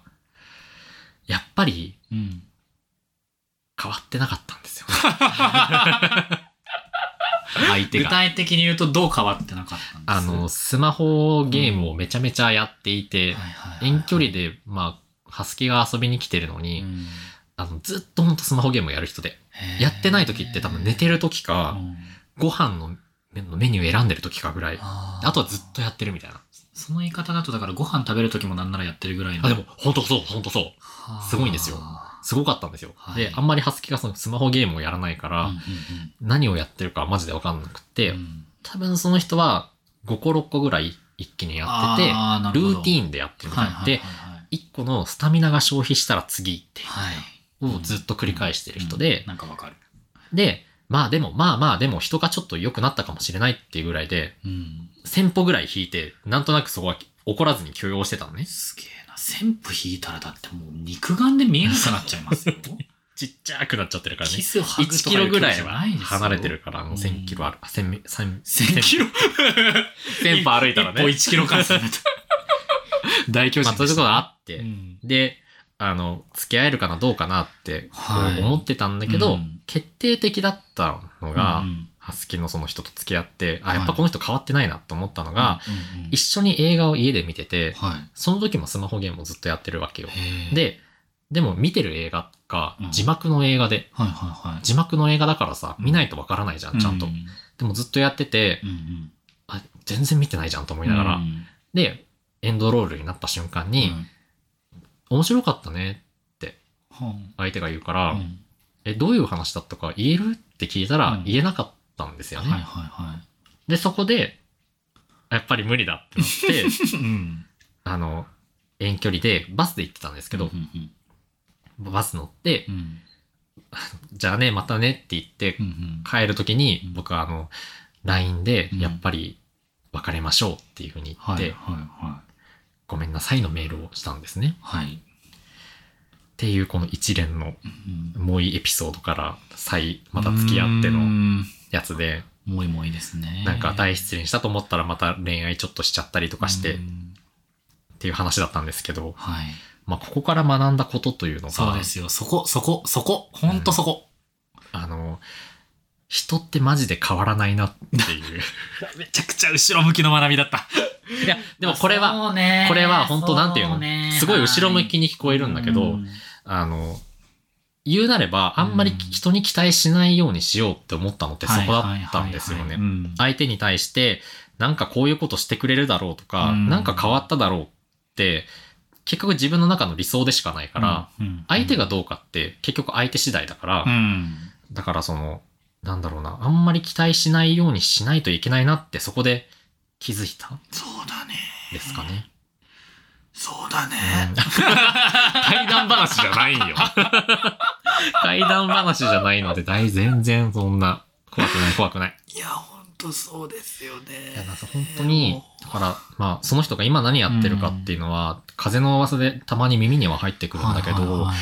Speaker 2: やっぱり
Speaker 1: うん。うん
Speaker 2: 変わってなかったんですよ。
Speaker 1: 相手が。具体的に言うとどう変わってなかったんです
Speaker 2: あの、、スマホゲームをめちゃめちゃやっていて、
Speaker 1: はいはいはい
Speaker 2: 遠距離で、まあ、ハスキーが遊びに来てるのに、
Speaker 1: うん
Speaker 2: あの、ずっとほんとスマホゲームやる人で、やってない時って多分寝てる時
Speaker 1: う
Speaker 2: か、
Speaker 1: ん
Speaker 2: ご飯のメメニュー選んでる時かぐらい、
Speaker 1: あー
Speaker 2: あとはずっとやってるみたいな。
Speaker 1: その言い方だとだからご飯食べる時もなんならやってるぐらいの
Speaker 2: あ、でも、ほんとそう、ほんとそう。
Speaker 1: はー
Speaker 2: すごいんですよ
Speaker 1: う
Speaker 2: すごかったんですよ。
Speaker 1: はい
Speaker 2: で、あんまりハスキーがそのスマホゲームをやらないか
Speaker 1: ん
Speaker 2: ら、
Speaker 1: うん
Speaker 2: 何をやってるかマジでわかんなくて、
Speaker 1: うんうん
Speaker 2: 多分その人は5個6個ぐらい一気にやってて、
Speaker 1: あなる
Speaker 2: ル
Speaker 1: ほど
Speaker 2: ーティーンでやってるみたい
Speaker 1: はいは
Speaker 2: で、
Speaker 1: いはい
Speaker 2: 1個のスタミナが消費したら次ってい
Speaker 1: はい、はいう
Speaker 2: のをずっと繰り返してる人で
Speaker 1: うん、なんかわかる、
Speaker 2: で、まあでもまあまあでも人がちょっと良くなったかもしれないっていうぐらいで、
Speaker 1: うん、
Speaker 2: 1000歩ぐらい引いて、なんとなくそこは怒らずに許容してたのね。
Speaker 1: すげえな千歩引いたらだってもう肉眼で見えなくなっちゃいます
Speaker 2: (laughs)
Speaker 1: よ
Speaker 2: ちっちゃくなっちゃってるからね
Speaker 1: キ。スをハグと
Speaker 2: 1
Speaker 1: か
Speaker 2: キ
Speaker 1: いう
Speaker 2: ロぐら
Speaker 1: 距離じ
Speaker 2: い
Speaker 1: ゃ
Speaker 2: は
Speaker 1: ないですよ
Speaker 2: 離れて
Speaker 1: (laughs)
Speaker 2: るから、あの1000キロある。1000、1000、
Speaker 1: 1000キロ
Speaker 2: 1000歩歩いたらね。
Speaker 1: 一歩1キロ換
Speaker 2: (laughs)
Speaker 1: 算だと大巨人
Speaker 2: まあ、そういうことがあっ
Speaker 1: う
Speaker 2: て、
Speaker 1: ん
Speaker 2: で、あの、付き合えるかなどうかなって、こ
Speaker 1: はいう
Speaker 2: 思ってたんだけど、
Speaker 1: うん
Speaker 2: 決定的だったのが、
Speaker 1: うん
Speaker 2: ハスキーのその人と付き合って、あ、
Speaker 1: はい
Speaker 2: やっぱこの人変わってないなと思ったのが、
Speaker 1: うんうんうん
Speaker 2: 一緒に映画を家で見てて、
Speaker 1: は
Speaker 2: その時もスマホゲームをずっとやってるわけよ。
Speaker 1: い、へえ
Speaker 2: で、でも見てる映画が
Speaker 1: うん
Speaker 2: 字幕の映画で、
Speaker 1: はいはいはい。
Speaker 2: 字幕の映画だからさ、見ないとわからないじゃん、ちゃんと。
Speaker 1: ううん
Speaker 2: でもずっとやってて、
Speaker 1: うん。
Speaker 2: あ、全然見てないじゃんと思いながら。
Speaker 1: うん
Speaker 2: で、エンドロールになった瞬間に、
Speaker 1: うん
Speaker 2: 面白かったね、
Speaker 1: は
Speaker 2: 相手が言うか
Speaker 1: あ
Speaker 2: ら、
Speaker 1: うん
Speaker 2: え、どういう話だったか言えるって聞いた
Speaker 1: う
Speaker 2: ら
Speaker 1: ん
Speaker 2: 言えなかったんですよね。
Speaker 1: はいは
Speaker 2: で、そこで、やっぱり無理だってなって、 (laughs)
Speaker 1: いはい。うん。
Speaker 2: あの、遠距離でバスで行ってたんですけど、
Speaker 1: うんうん
Speaker 2: バス乗って
Speaker 1: う、ん。
Speaker 2: じゃあね、またねって言って
Speaker 1: うんうん
Speaker 2: 帰るときに
Speaker 1: う、ん
Speaker 2: 僕はあの、LINE で
Speaker 1: う、ん
Speaker 2: やっぱり別れましょうっていうふうに言っ
Speaker 1: はい
Speaker 2: て、
Speaker 1: はいは
Speaker 2: ごめんなさいのメールをしたんですね
Speaker 1: い。。はい。
Speaker 2: っていうこの一連の
Speaker 1: うん
Speaker 2: もういいエピソードから再また付き合っての
Speaker 1: うん
Speaker 2: やつで、
Speaker 1: もいもいですね。
Speaker 2: なんか大
Speaker 1: し
Speaker 2: 失恋したと思ったらまた恋愛ちょっとしちゃったりとかしてっ。ていう話だったんですけど、
Speaker 1: はい。
Speaker 2: まあここから学んだことというの
Speaker 1: そう
Speaker 2: が
Speaker 1: で、すよ。そこ、そこ、そこ。ほんとそこ。
Speaker 2: あの、人ってマジで変わらないなっていう。
Speaker 1: めちゃくちゃ後ろ向きの学びだった。 (laughs)
Speaker 2: いや、 (laughs) でもこれは、
Speaker 1: そうね、
Speaker 2: これは本当なんていう
Speaker 1: そ
Speaker 2: の
Speaker 1: ね
Speaker 2: すごい後ろ向きに聞こえるんだけ
Speaker 1: う
Speaker 2: ど、
Speaker 1: ん
Speaker 2: あの、言うなれば、あんまり人に期待しないようにしようって思ったのってそこだったんですよ
Speaker 1: はいはい
Speaker 2: ね
Speaker 1: はいはい。うん
Speaker 2: 相手に対して、なんかこういうことしてくれるだろうとか、
Speaker 1: うん
Speaker 2: なんか変わっただろうって、結局自分の中の理想でしかないから、、
Speaker 1: うん
Speaker 2: 相手がどうかって結局相手次第だから、
Speaker 1: うん。
Speaker 2: だからその、なんだろうな、あんまり期待しないようにしないといけないなってそこで気づいたん
Speaker 1: そうだね。
Speaker 2: ですかね。
Speaker 1: そうだね。 (laughs)
Speaker 2: 怪談話じゃないよ。怪談話じゃないので、大全然そんな、怖くない怖くない。
Speaker 1: いや、本当そうですよね。
Speaker 2: いや、なんか本当に、だから、まあ、その人が今何やってるかっていうのは、風の噂でたまに耳には入ってくるんだけど、
Speaker 1: はいはいはい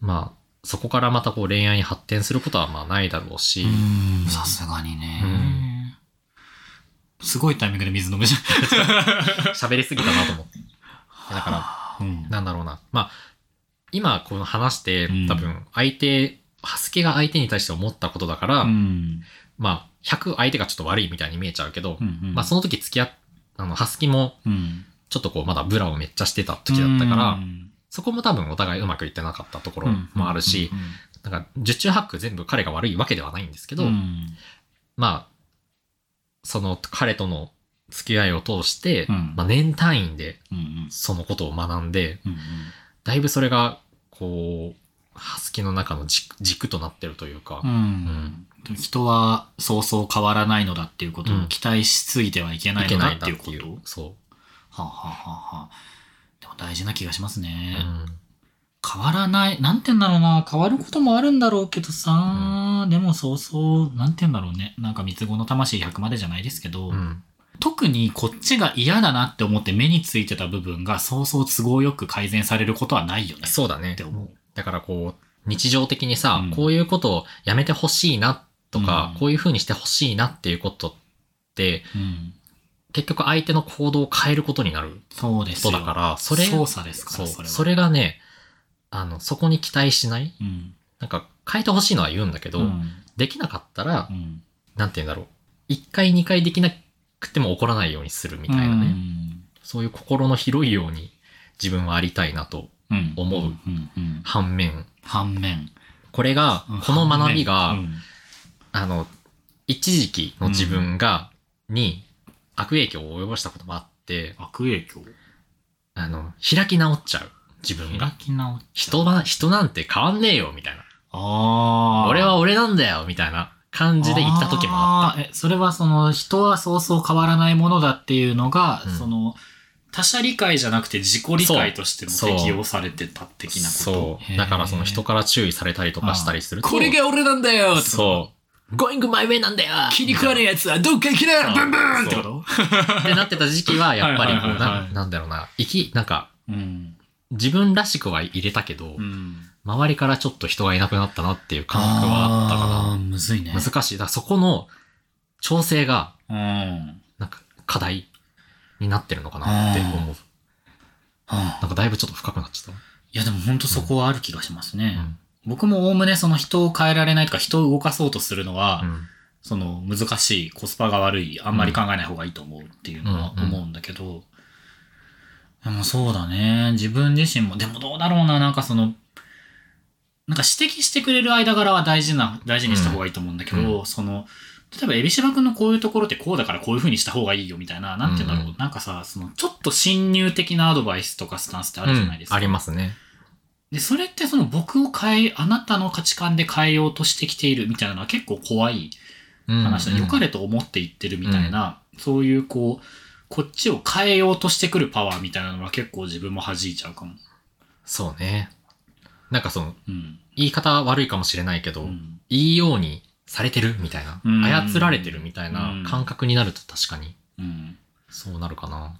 Speaker 2: まあ、そこからまたこう恋愛に発展することはまあないだろうし、
Speaker 1: うんさすがにね。すごいタイミングで水飲むじ
Speaker 2: 喋りすぎたなと思って。
Speaker 1: ゃん。、
Speaker 2: だから
Speaker 1: うん。
Speaker 2: なんだろうな。まあ、今この話して
Speaker 1: うん、
Speaker 2: 多分、相手、ハスケが相手に対して思ったことだから、
Speaker 1: うん
Speaker 2: まあ、100相手がちょっと悪いみたいに見えちゃうけど、
Speaker 1: うん
Speaker 2: まあ、その時付き合っ、あの、ハスキも、
Speaker 1: うん
Speaker 2: ちょっとこう、まだブラをめっちゃしてた時だったから、
Speaker 1: うん
Speaker 2: そこも多分お互いうまくいってなかったところもあるし、
Speaker 1: うんうん
Speaker 2: なんか、受注ハック全部彼が悪いわけではないんですけど、
Speaker 1: うん
Speaker 2: まあ、その彼との付き合いを通して、
Speaker 1: うん
Speaker 2: まあ、年単位で
Speaker 1: うんうん
Speaker 2: そのことを学んで、
Speaker 1: うん
Speaker 2: だいぶそれが、こう、ハスキの中の軸軸となってるというか、
Speaker 1: うんうん人はそうそう変わらないのだっていうこと
Speaker 2: う
Speaker 1: を
Speaker 2: ん
Speaker 1: 期待しすぎてはいけないい
Speaker 2: け
Speaker 1: の
Speaker 2: な
Speaker 1: だ
Speaker 2: い
Speaker 1: っ
Speaker 2: な
Speaker 1: て
Speaker 2: っ
Speaker 1: いうこ
Speaker 2: ていう。
Speaker 1: と。
Speaker 2: そ
Speaker 1: はあはあはあはあでも大事な気がします
Speaker 2: う。
Speaker 1: ね。
Speaker 2: うん
Speaker 1: 変わらない、なんて言うんだろうな、変わることもあるんだろうけどさ、でもそうそう、なんて言うんだろうね、なんか三つ子の魂100までじゃないですけど、
Speaker 2: うん
Speaker 1: 特にこっちが嫌だなって思って目についてた部分がそうそう都合よく改善されることはないよね。
Speaker 2: そうだ
Speaker 1: っ
Speaker 2: ね
Speaker 1: て思う。
Speaker 2: だからこう、日常的にさ、
Speaker 1: うん
Speaker 2: こういうことをやめてほしいなとか、
Speaker 1: うん
Speaker 2: こういう風にしてほしいなっていうことって、
Speaker 1: うん。
Speaker 2: 結局相手の行動を変えることになる
Speaker 1: そうで
Speaker 2: こ
Speaker 1: す
Speaker 2: と
Speaker 1: よ。
Speaker 2: だから、それ、
Speaker 1: 操作ですか
Speaker 2: そ
Speaker 1: ら、
Speaker 2: う
Speaker 1: それは。
Speaker 2: それがね、あの、そこに期待しない
Speaker 1: うん。
Speaker 2: なんか変えてほしいのは言うんだけど、
Speaker 1: うん
Speaker 2: できなかったら
Speaker 1: う、ん。
Speaker 2: なんて言うんだろう。一回二回できなくても怒らないようにするみたいなね。そういう心の広いように自分はありたいなと
Speaker 1: うん。うん。
Speaker 2: 思うん
Speaker 1: うんうん
Speaker 2: 反面、
Speaker 1: 反面。
Speaker 2: これが、この学びが、
Speaker 1: うん
Speaker 2: あの、一時期の自分が、に悪影響を及ぼしたこともあって、
Speaker 1: 悪影響
Speaker 2: あの、開き直っちゃう。自分
Speaker 1: 開
Speaker 2: が。
Speaker 1: き直っちゃう
Speaker 2: 人は、人なんて変わんねえよ、みたいな。
Speaker 1: ああ。
Speaker 2: 俺は俺なんだよ、みたいな感じで言った時もあっ
Speaker 1: あった。え、それはその、人はそうそう変わらないものだっていうのが、
Speaker 2: うん
Speaker 1: その、他者理解じゃなくて自己理解としても
Speaker 2: そう
Speaker 1: 適用されてた
Speaker 2: た。
Speaker 1: 的なこと。
Speaker 2: そう。だからその人
Speaker 1: か
Speaker 2: から注意されたりとかしたりすると。
Speaker 1: これが俺なんだよ
Speaker 2: そう。going my way なんだよ
Speaker 1: 気に食わねえやつはどっか行きな
Speaker 2: そう
Speaker 1: ブンブンってこと
Speaker 2: ってなってた時期は、やっぱりこう、
Speaker 1: はいはいはいはい
Speaker 2: ななんだろうな、生き、なんか、
Speaker 1: うん。
Speaker 2: 自分らしくは入れたけど、
Speaker 1: うん。
Speaker 2: 周りからちょっと人がいなくなったなっていう感覚はあったかな。
Speaker 1: あーむずいね。
Speaker 2: 難しい。だからそこの調整が、
Speaker 1: うん。
Speaker 2: なんか課題になってるのかなって思う。
Speaker 1: は
Speaker 2: な
Speaker 1: あ
Speaker 2: んかだいぶちょっと深くなっちゃっ
Speaker 1: いやでも本当そこはある気がします
Speaker 2: た。
Speaker 1: ね。僕もおおむねその人を変えられないとか人を動かそうとするのは、
Speaker 2: うん。うん
Speaker 1: その難しいコスパが悪いあんまり考えない方がいいと思うっていうのは
Speaker 2: うん
Speaker 1: 思うんだけど、でもそうだね自分自身もでもどうだろうななんかそのなんか指摘してくれる間柄は大事な、大事にした方がいいと思うんだけど、その、例えば、エビシバ君のこういうところってこうだからこういう風にした方がいいよみたいな、なんて言うんだろう、
Speaker 2: うん
Speaker 1: なんかさ、その、ちょっと侵入的なアドバイスとかスタンスってあるじゃないですか。
Speaker 2: うんありますね。
Speaker 1: で、それってその僕を変え、あなたの価値観で変えようとしてきているみたいなのは結構怖い話だ。良、か
Speaker 2: れ。
Speaker 1: れと思って言ってるみたいな、そういうこう、こっちを変えようとしてくるパワーみたいなのは結構自分も弾いちゃうかも。
Speaker 2: そうね。なんかその、
Speaker 1: うん。
Speaker 2: 言い方悪いかもしれないけど、
Speaker 1: うん
Speaker 2: いいようにされてるみたいな、
Speaker 1: うん
Speaker 2: 操られてるみたいな感覚になると確かに、
Speaker 1: うん
Speaker 2: そうなるかな。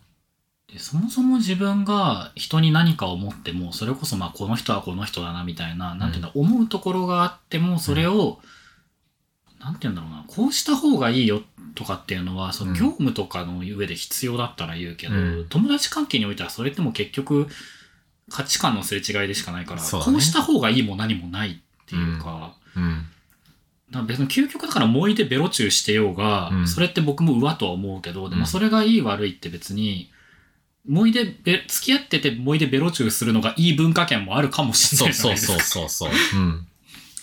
Speaker 1: でそもそも自分が人に何かを持っても、それこそまあこの人はこの人だなみたいな、なんていうんだ、思うところがあっても、それを、なんていうんだろうな、こうした方がいいよとかっていうのは、その
Speaker 2: うん
Speaker 1: 業務とかの上で必要だったら言うけど、
Speaker 2: うん
Speaker 1: 友達関係においてはそれってもう結局価値観のすれ違いでしかないから、
Speaker 2: そうだ
Speaker 1: こ
Speaker 2: ね
Speaker 1: うした方がいいも何もないっていうか、 (laughs)
Speaker 2: うん。
Speaker 1: だから別に究極だから思い出ベロチューしてようが、
Speaker 2: うん
Speaker 1: それって僕もうわとは思うけど、で
Speaker 2: う
Speaker 1: も
Speaker 2: ん
Speaker 1: それがいい悪いって別に、思い出べ、付き合ってて思い出ベロチューするのがいい文化圏もあるかもしれ
Speaker 2: そ
Speaker 1: ないうじゃな
Speaker 2: そ
Speaker 1: いうですか。
Speaker 2: そうそうそう。うん。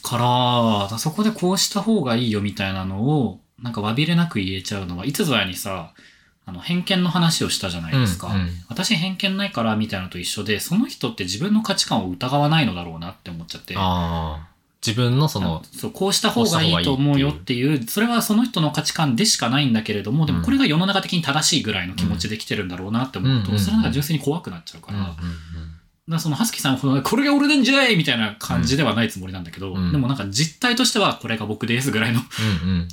Speaker 1: から、だからそこでこうした方がいいよみたいなのを、なんかわびれなく言えちゃうのは、いつぞやにさ、あの、偏見の話をしたじゃないですか。
Speaker 2: うんうん
Speaker 1: 私偏見ないからみたいなのと一緒で、その人って自分の価値観を疑わないのだろうなって思っちゃって。
Speaker 2: ああ。自分のそ
Speaker 1: あ
Speaker 2: の、
Speaker 1: そうこうした方がいいと思うよっていうそれはその人の価値観でしかないんだけれどもでもこれが世の中的に正しいぐらいの気持ちで来てるんだろうなって思うと、
Speaker 2: うん
Speaker 1: それなんか純粋に怖くなっちゃうから、
Speaker 2: うんうん
Speaker 1: だからその葉月さんほどこれが俺でんじゃいみたいな感じではないつもりなんだけど、
Speaker 2: うん
Speaker 1: でもなんか実態としてはこれが僕ですぐらいの
Speaker 2: うんうんうん。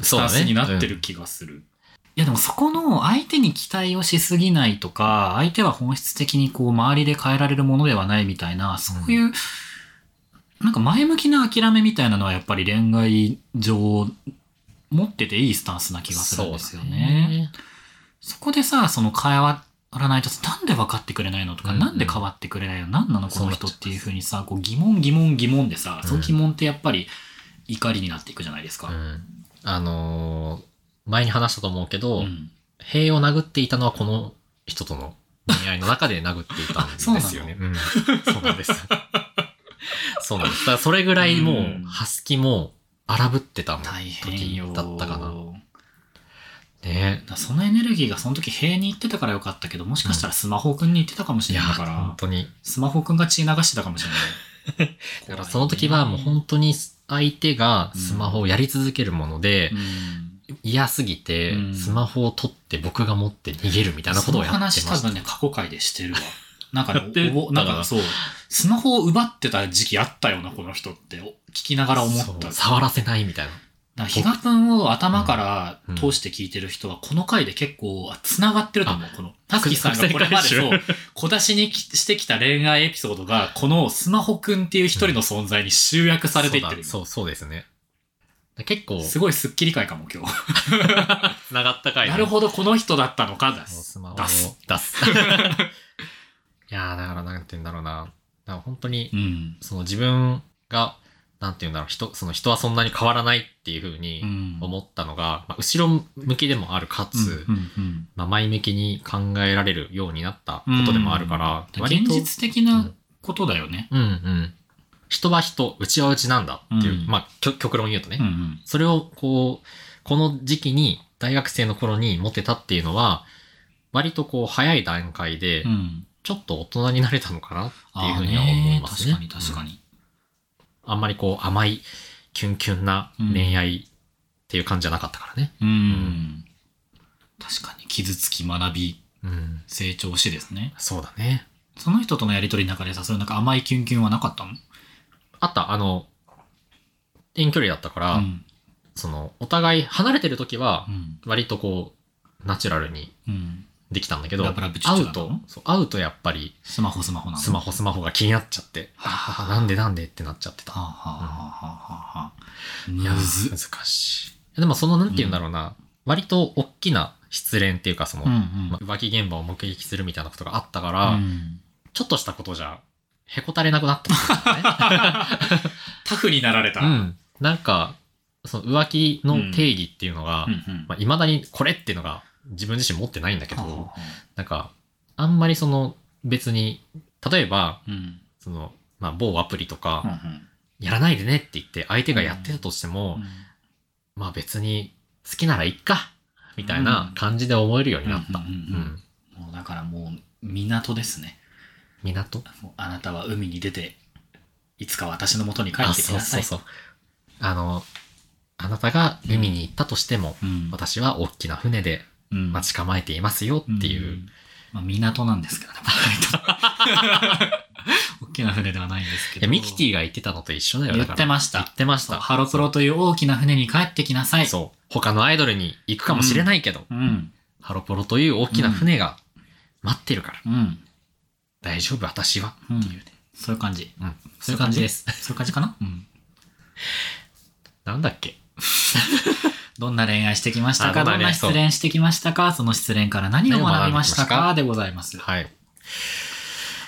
Speaker 1: ス
Speaker 2: そう
Speaker 1: タ
Speaker 2: だ
Speaker 1: ン
Speaker 2: ね
Speaker 1: スになってる気がする。いやでもそこの相手に期待をしすぎないとか、相手は本質的にこう周りで変えられるものではないみたいな、そういう、なんか前向きな諦めみたいなのはやっぱり恋愛上持ってていいスタンスな気がするんですよね。。そこでさ、その変わらないとさ、なんで分かってくれないのとか、
Speaker 2: うんうん
Speaker 1: なんで変わってくれないのなんなのこの人
Speaker 2: そうなっちゃいます
Speaker 1: っていうふうにさ、こう疑問疑問疑問でさ、
Speaker 2: うん
Speaker 1: その疑問ってやっぱり怒りになっていくじゃないです
Speaker 2: う
Speaker 1: か。
Speaker 2: ん。あのー前に話したと思うけど、
Speaker 1: うん
Speaker 2: 塀を殴っていたのはこの人との恋愛の中で殴っていたんですよね。うんそうなんです。そうなんです。だからそれぐらい
Speaker 1: う
Speaker 2: も
Speaker 1: ん
Speaker 2: う、ハスキも荒ぶってた
Speaker 1: 大変
Speaker 2: 時
Speaker 1: よ。
Speaker 2: だったかな。
Speaker 1: だ
Speaker 2: ね
Speaker 1: らそのエネルギーがその時塀に行ってたからよかったけど、もしかしたらスマホくんに行ってたかもし
Speaker 2: い
Speaker 1: れ
Speaker 2: や、
Speaker 1: ないから、
Speaker 2: 本当に。
Speaker 1: スマホくんが血流してたかもしれない。
Speaker 2: (laughs) だからその時はもう本当に相手がスマホをやり続けるもので、
Speaker 1: うん
Speaker 2: 嫌すぎて
Speaker 1: うん、
Speaker 2: スマホを取って僕が持って逃げるみたいなことをやってまし
Speaker 1: その
Speaker 2: た。
Speaker 1: 話多分ね、過去回でしてるわ。なん
Speaker 2: (laughs)
Speaker 1: か
Speaker 2: やっ
Speaker 1: ね、
Speaker 2: て
Speaker 1: おぼなんかそう、スマホを奪ってた時期あったよな、この人って、お聞きながら思った。
Speaker 2: そう触らせないみたいな。
Speaker 1: だから比嘉君を頭から通して聞いてる人は、この回で結構、あ繋がってると思う。この、たすきさんがこれまで
Speaker 2: 伏線 (laughs)
Speaker 1: そう、小出しにきしてきた恋愛エピソードが、このスマホくんっていう一人の存在に集約されていってる。
Speaker 2: そうだそう、そうですね。結構、
Speaker 1: すごいスッキリ回かも、今日。
Speaker 2: 繋がった回
Speaker 1: なるほど、この人だったのかだ。
Speaker 2: もうスマホを
Speaker 1: 出
Speaker 2: 出
Speaker 1: す
Speaker 2: す。 (laughs) いやー、だからなんて言うんだろうな。だから本当に
Speaker 1: う、ん。
Speaker 2: その自分が、なんて言うんだろう、人、その人はそんなに変わらないっていうふう
Speaker 1: う
Speaker 2: に
Speaker 1: ん。
Speaker 2: 思ったのが、まあ、後ろ向きでもある、かつ、
Speaker 1: うんうん
Speaker 2: まあ、前向きに考えられるようになったことでもあるから、
Speaker 1: うん
Speaker 2: 割
Speaker 1: 現
Speaker 2: と
Speaker 1: 実的なことだよね。
Speaker 2: うんうん。人は人、うちはうちなんだっていう、
Speaker 1: うん
Speaker 2: まあ、きょ極論言うとね、
Speaker 1: うんうん。
Speaker 2: それをこう、この時期に、大学生の頃に持てたっていうのは、割とこう早い段階で
Speaker 1: う、ん。
Speaker 2: ちょっと大人になれたのかなっていうふうには
Speaker 1: あーね
Speaker 2: 思いますね。
Speaker 1: 確かに確か
Speaker 2: うん
Speaker 1: に。
Speaker 2: あんまりこう甘い、キュンキュンな恋愛っていう感じじゃなかったからね。
Speaker 1: うん。確かに、傷つき、学び、
Speaker 2: うん。
Speaker 1: 成長しですね。
Speaker 2: そうだね。
Speaker 1: その人とのやりとりの中でさ、そういうなんか甘いキュンキュンはなかったの
Speaker 2: あった、あの、遠距離だったから、
Speaker 1: うん。
Speaker 2: その、お互い離れてる時は
Speaker 1: う、ん。
Speaker 2: 割とこう、ナチュラルに
Speaker 1: うん。
Speaker 2: できたんだけど、
Speaker 1: ラブラブチュッチュ
Speaker 2: 会う
Speaker 1: だった
Speaker 2: と
Speaker 1: の、
Speaker 2: そう会うとやっぱり、
Speaker 1: スマホスマホなの
Speaker 2: スマホスマホが気になっちゃって、あなんでなんでってなっちゃって
Speaker 1: はあ
Speaker 2: た。
Speaker 1: はあはあはあはあ。む
Speaker 2: いやー、
Speaker 1: ず。
Speaker 2: 難しい。でもその、なんて言うんだろうな、割と大きな失恋っていうか、その、
Speaker 1: うんう
Speaker 2: ま
Speaker 1: ん。
Speaker 2: 浮気現場を目撃するみたいなことがあったから、
Speaker 1: うん
Speaker 2: ちょっとしたことじゃ、へこたれなくなったんだよね。
Speaker 1: タフになられた。
Speaker 2: う
Speaker 1: うん
Speaker 2: ん。なんか、その浮気の定義っていうのが、
Speaker 1: うん。
Speaker 2: まあ、未だにこれっていうのが自分自身持ってないんだけど、
Speaker 1: はあはあ
Speaker 2: なんか、あんまりその別に、例えば、
Speaker 1: うん。
Speaker 2: その、まあ、某アプリとか、
Speaker 1: うんうん
Speaker 2: やらないでねって言って、相手がやってたとしても、まあ別に好きならいっか、みたいな感じで思えるようになった。
Speaker 1: う
Speaker 2: うんん
Speaker 1: うんうんうんもうだからもう港ですね。
Speaker 2: 港
Speaker 1: もうあなたは海に出て、いつか私の元に帰
Speaker 2: あ、
Speaker 1: ってき
Speaker 2: そう
Speaker 1: な
Speaker 2: そ
Speaker 1: さ
Speaker 2: う
Speaker 1: い。
Speaker 2: そう。あの、あなたが海に行ったとしても、
Speaker 1: うん
Speaker 2: 私は大きな船で
Speaker 1: うん
Speaker 2: 待ち構えていますよっていう。
Speaker 1: んまあ、港なんですけどね、(laughs)
Speaker 2: (laughs)
Speaker 1: 大きな船ではないんですけ
Speaker 2: い
Speaker 1: ど。
Speaker 2: や、ミキティが言ってたのと一緒だよ。
Speaker 1: 言
Speaker 2: だ
Speaker 1: っ
Speaker 2: か
Speaker 1: て
Speaker 2: ら
Speaker 1: ました
Speaker 2: 言ってまし
Speaker 1: そう
Speaker 2: た。
Speaker 1: ハロプロという大きな船に帰ってきなさい。
Speaker 2: そう。他のアイドルに行くかもしれないけど、
Speaker 1: うん。
Speaker 2: ハロプロという大きな船が待ってるから、
Speaker 1: うん。
Speaker 2: 大丈夫、私は。
Speaker 1: うん
Speaker 2: っていうね。
Speaker 1: そういう感じ。
Speaker 2: うん。
Speaker 1: そういう感じで。す。そういう感じかなうん。
Speaker 2: (laughs) なんだっけ
Speaker 1: どんな恋愛してきましたか
Speaker 2: あ
Speaker 1: ど
Speaker 2: どんなん恋
Speaker 1: な
Speaker 2: 愛そう
Speaker 1: 失恋してきましたかその失恋から何を学びました
Speaker 2: 何を学
Speaker 1: かでございます。
Speaker 2: はい。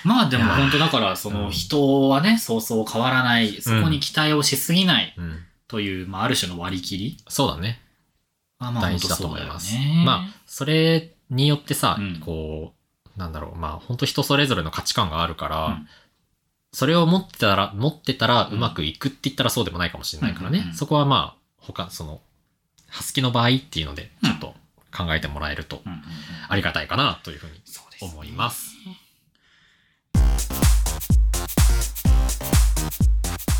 Speaker 1: まあでも
Speaker 2: いやー
Speaker 1: 本当だから、その人はね、そうそう変わらない、そこに期待をしすぎない
Speaker 2: うん。
Speaker 1: という、まあある種の割り切り。
Speaker 2: そうだね。
Speaker 1: まあまあ
Speaker 2: 大
Speaker 1: 本
Speaker 2: 事
Speaker 1: 当
Speaker 2: だと
Speaker 1: そう
Speaker 2: 思
Speaker 1: だ
Speaker 2: い
Speaker 1: よ
Speaker 2: ます。
Speaker 1: ね。
Speaker 2: まあ、それによってさ、
Speaker 1: うん
Speaker 2: こう、なんだろう、まあ、本当人それぞれの価値観があるから、
Speaker 1: うん
Speaker 2: それを持ってたら、持ってたら
Speaker 1: う
Speaker 2: うんまくいくって言ったらそうでもないかもしれないから
Speaker 1: うん
Speaker 2: ね
Speaker 1: う。んうん
Speaker 2: そこはまあ、他、その、ハスキの場合っていうので、ちょっと考えてもらえると
Speaker 1: うんうんうん
Speaker 2: ありがたいかなというふうに
Speaker 1: そうですね
Speaker 2: 思います。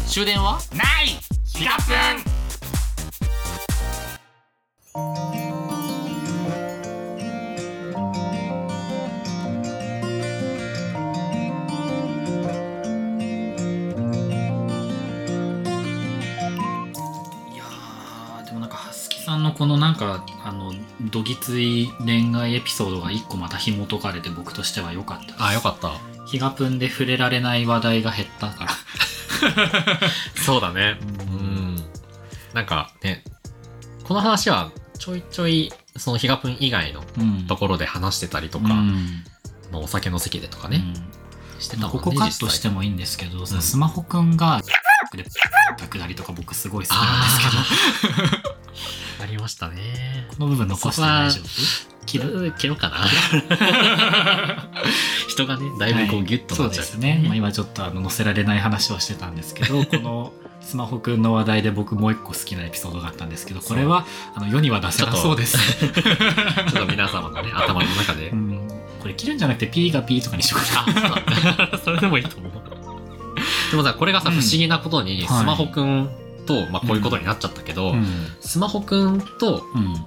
Speaker 1: 終電は
Speaker 2: ないキラ
Speaker 1: いやーでもなんかはすきさんのこのなんかあのどぎつい恋愛エピソードが一個また紐解かれて僕としては良かったです
Speaker 2: あ、よかった。
Speaker 1: ヒガプンで触れられない話題が減ったから
Speaker 2: そうだね。うん。なんかね、この話はちょいちょい、そのヒガプン以外の
Speaker 1: うん
Speaker 2: ところで話してたりと
Speaker 1: と
Speaker 2: か、
Speaker 1: うん
Speaker 2: まあ、お酒の席でとかね、してたもんね
Speaker 1: ここカットしてもいいんですけど、そのスマホくんが「で下り」とか僕すごい好きなんですけど
Speaker 2: あ
Speaker 1: (laughs)
Speaker 2: あありましたね
Speaker 1: この部分残して大丈夫
Speaker 2: 切る切ろう
Speaker 1: (laughs)
Speaker 2: かな人がねだいぶこ
Speaker 1: は
Speaker 2: うギュッと
Speaker 1: そ
Speaker 2: な
Speaker 1: う
Speaker 2: っ
Speaker 1: で
Speaker 2: ちゃう,、
Speaker 1: すね、まあ、今ちょっとあの載せられない話をしてたんですけどこのスマホくんの話題で僕もう一個好きなエピソードがあったんですけどこれはあの世には出せなそうです、
Speaker 2: ちょっと皆様のね頭の中で
Speaker 1: うんこれ切るんじゃなくて P が P とかにしようか
Speaker 2: あそうなんだそれでもいいと思うでもさこれがさ
Speaker 1: う
Speaker 2: 不
Speaker 1: ん
Speaker 2: 思議なこと
Speaker 1: は
Speaker 2: に、
Speaker 1: い
Speaker 2: スマホくんと、まあ、こういうことになっちゃったけど、
Speaker 1: なうん
Speaker 2: スマホくんと
Speaker 1: うん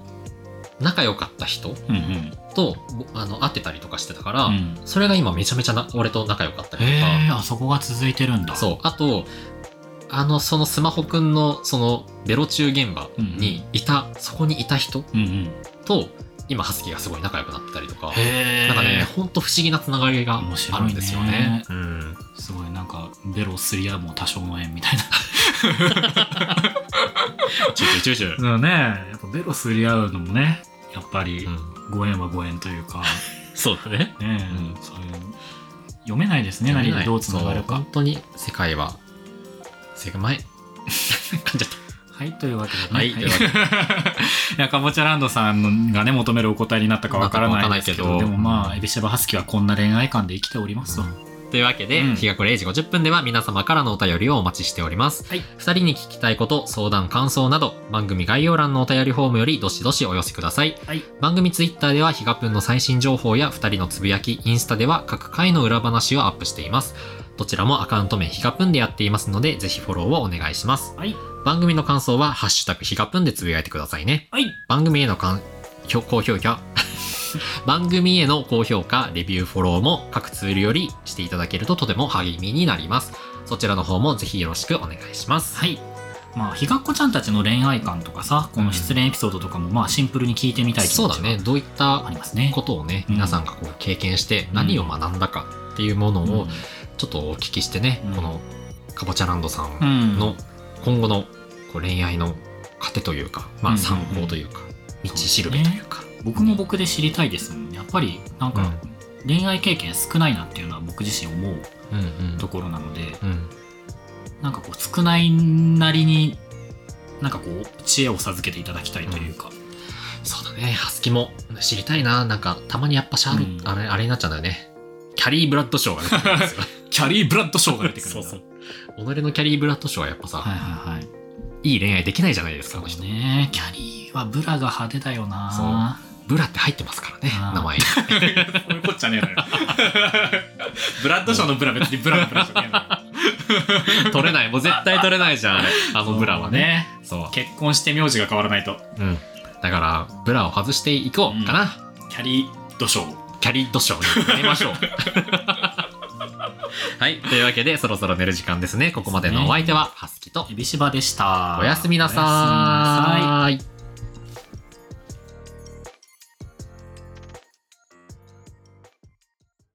Speaker 2: 仲良かった人
Speaker 1: うんうん
Speaker 2: とあの会ってたりとかしてたから、
Speaker 1: うん
Speaker 2: それが今めちゃめちゃな俺と仲良かったりとか、
Speaker 1: へえあそこが続いてるんだ
Speaker 2: そう。あと、あの、そのスマホくんの、その、ベロ中現場にいた、そこにいた人
Speaker 1: う、うんうん、
Speaker 2: と、今、ハスキーがすごい仲良くなってたりとか、
Speaker 1: へえ
Speaker 2: なんかね、ほんと不思議なつながりが
Speaker 1: 面白い
Speaker 2: あ
Speaker 1: ね
Speaker 2: るんですよね。うん。
Speaker 1: すごいなんかベロすり合うも多少の縁みたいな
Speaker 2: チューチューチューチュー。
Speaker 1: ねやっぱベロすり合うのもねやっぱり
Speaker 2: うん、
Speaker 1: ご縁はご縁というか
Speaker 2: そうだね。
Speaker 1: ねえ、
Speaker 2: うん
Speaker 1: そういう読めないですね何がどうつながる
Speaker 2: そう
Speaker 1: か
Speaker 2: 本当に世界は、世界前。
Speaker 1: (laughs)
Speaker 2: 噛んじゃっ
Speaker 1: はいというわけでね (laughs)
Speaker 2: た。はい。というわけで
Speaker 1: いやかぼちゃランドさんがね求めるお答えになったかわからないですけど
Speaker 2: なった
Speaker 1: で
Speaker 2: かわからないけど
Speaker 1: もまあエビシャバハスキはこんな恋愛観で生きておりますわ、
Speaker 2: というわけで、
Speaker 1: うん
Speaker 2: 日が暮れ0時50分では皆様からのお便りをお待ちしております。
Speaker 1: はい
Speaker 2: 2人に聞きたいこと、相談、感想など、番組概要欄のお便りフォームよりどしどしお寄せください。
Speaker 1: はい
Speaker 2: 番組ツイッターではヒガプンの最新情報や2人のつぶやき、インスタでは各回の裏話をアップしています。どちらもアカウント名ヒガプンでやっていますので、ぜひフォローをお願いします。
Speaker 1: はい
Speaker 2: 番組の感想は、ハッシュタグヒガプンでつぶやいてくださいね。
Speaker 1: はい
Speaker 2: 番組への感評高評価 (laughs) 番組への高評価レビューフォローも各ツールよりしていただけるととても励みになりますそちらの方もぜひよろしくお願いします
Speaker 1: はいまあひがっこちゃんたちの恋愛観とかさこの失恋エピソードとかもまあシンプルに聞いてみたい気
Speaker 2: そう
Speaker 1: 持
Speaker 2: だ
Speaker 1: ち
Speaker 2: ね
Speaker 1: が
Speaker 2: どういった
Speaker 1: ありますね
Speaker 2: ことをね
Speaker 1: うん
Speaker 2: 皆さんがこう経験して何を学んだかっていうもの
Speaker 1: うん
Speaker 2: をちょっとお聞きしてね、
Speaker 1: うん
Speaker 2: このかぼちゃランドさ
Speaker 1: うんん
Speaker 2: の今後のこう恋愛の糧というか、ま
Speaker 1: うんう
Speaker 2: あ、
Speaker 1: ん
Speaker 2: 参考というか道しるべというか、
Speaker 1: 僕も僕で知りたいですもんねやっぱりなんか恋愛経験少ないなっていうのは僕自身思う
Speaker 2: うん
Speaker 1: ところなので、
Speaker 2: うんうん
Speaker 1: なんかこう少ないなりになんかこう知恵を授けていただきたいというか、
Speaker 2: そうだね、ハスキも知りたいな。なんか、たまにやっぱシャーロット、
Speaker 1: うん
Speaker 2: あれ、あれになっちゃうんだよね。キャリー・ブラッドショーが出てくるんですよ。
Speaker 1: キャリー・ブラッドショーが出てくるんだ
Speaker 2: そう己のキャリー・ブラッド賞はやっぱさ、
Speaker 1: はいはいはい。
Speaker 2: い、い恋愛できないじゃないですか、あの人。
Speaker 1: ねキャリーはブラが派手だよな
Speaker 2: ブラって入ってますからね
Speaker 1: あ、ー
Speaker 2: 名前 (laughs) に。
Speaker 3: そういうこっちゃね
Speaker 1: (laughs)
Speaker 3: えのよ。ブラッドショーのブラ別にブラのブラじゃねえ
Speaker 1: (laughs)
Speaker 3: のよ。
Speaker 2: 取れない、もう絶対取れないじゃん、あれあのブラはね。
Speaker 1: ね。
Speaker 2: そう,、
Speaker 3: 結婚して名字が変わらないと、
Speaker 2: うん。だから、ブラを外していこうかな。
Speaker 3: キャリードショー。
Speaker 2: キャリード賞に変えましょう。はい。というわけで、そろそろ寝る時間ですね。ここまでのお相手は、ハスキと、
Speaker 1: エビシバでした。
Speaker 2: おやすみなさーい
Speaker 1: おやすみなさい。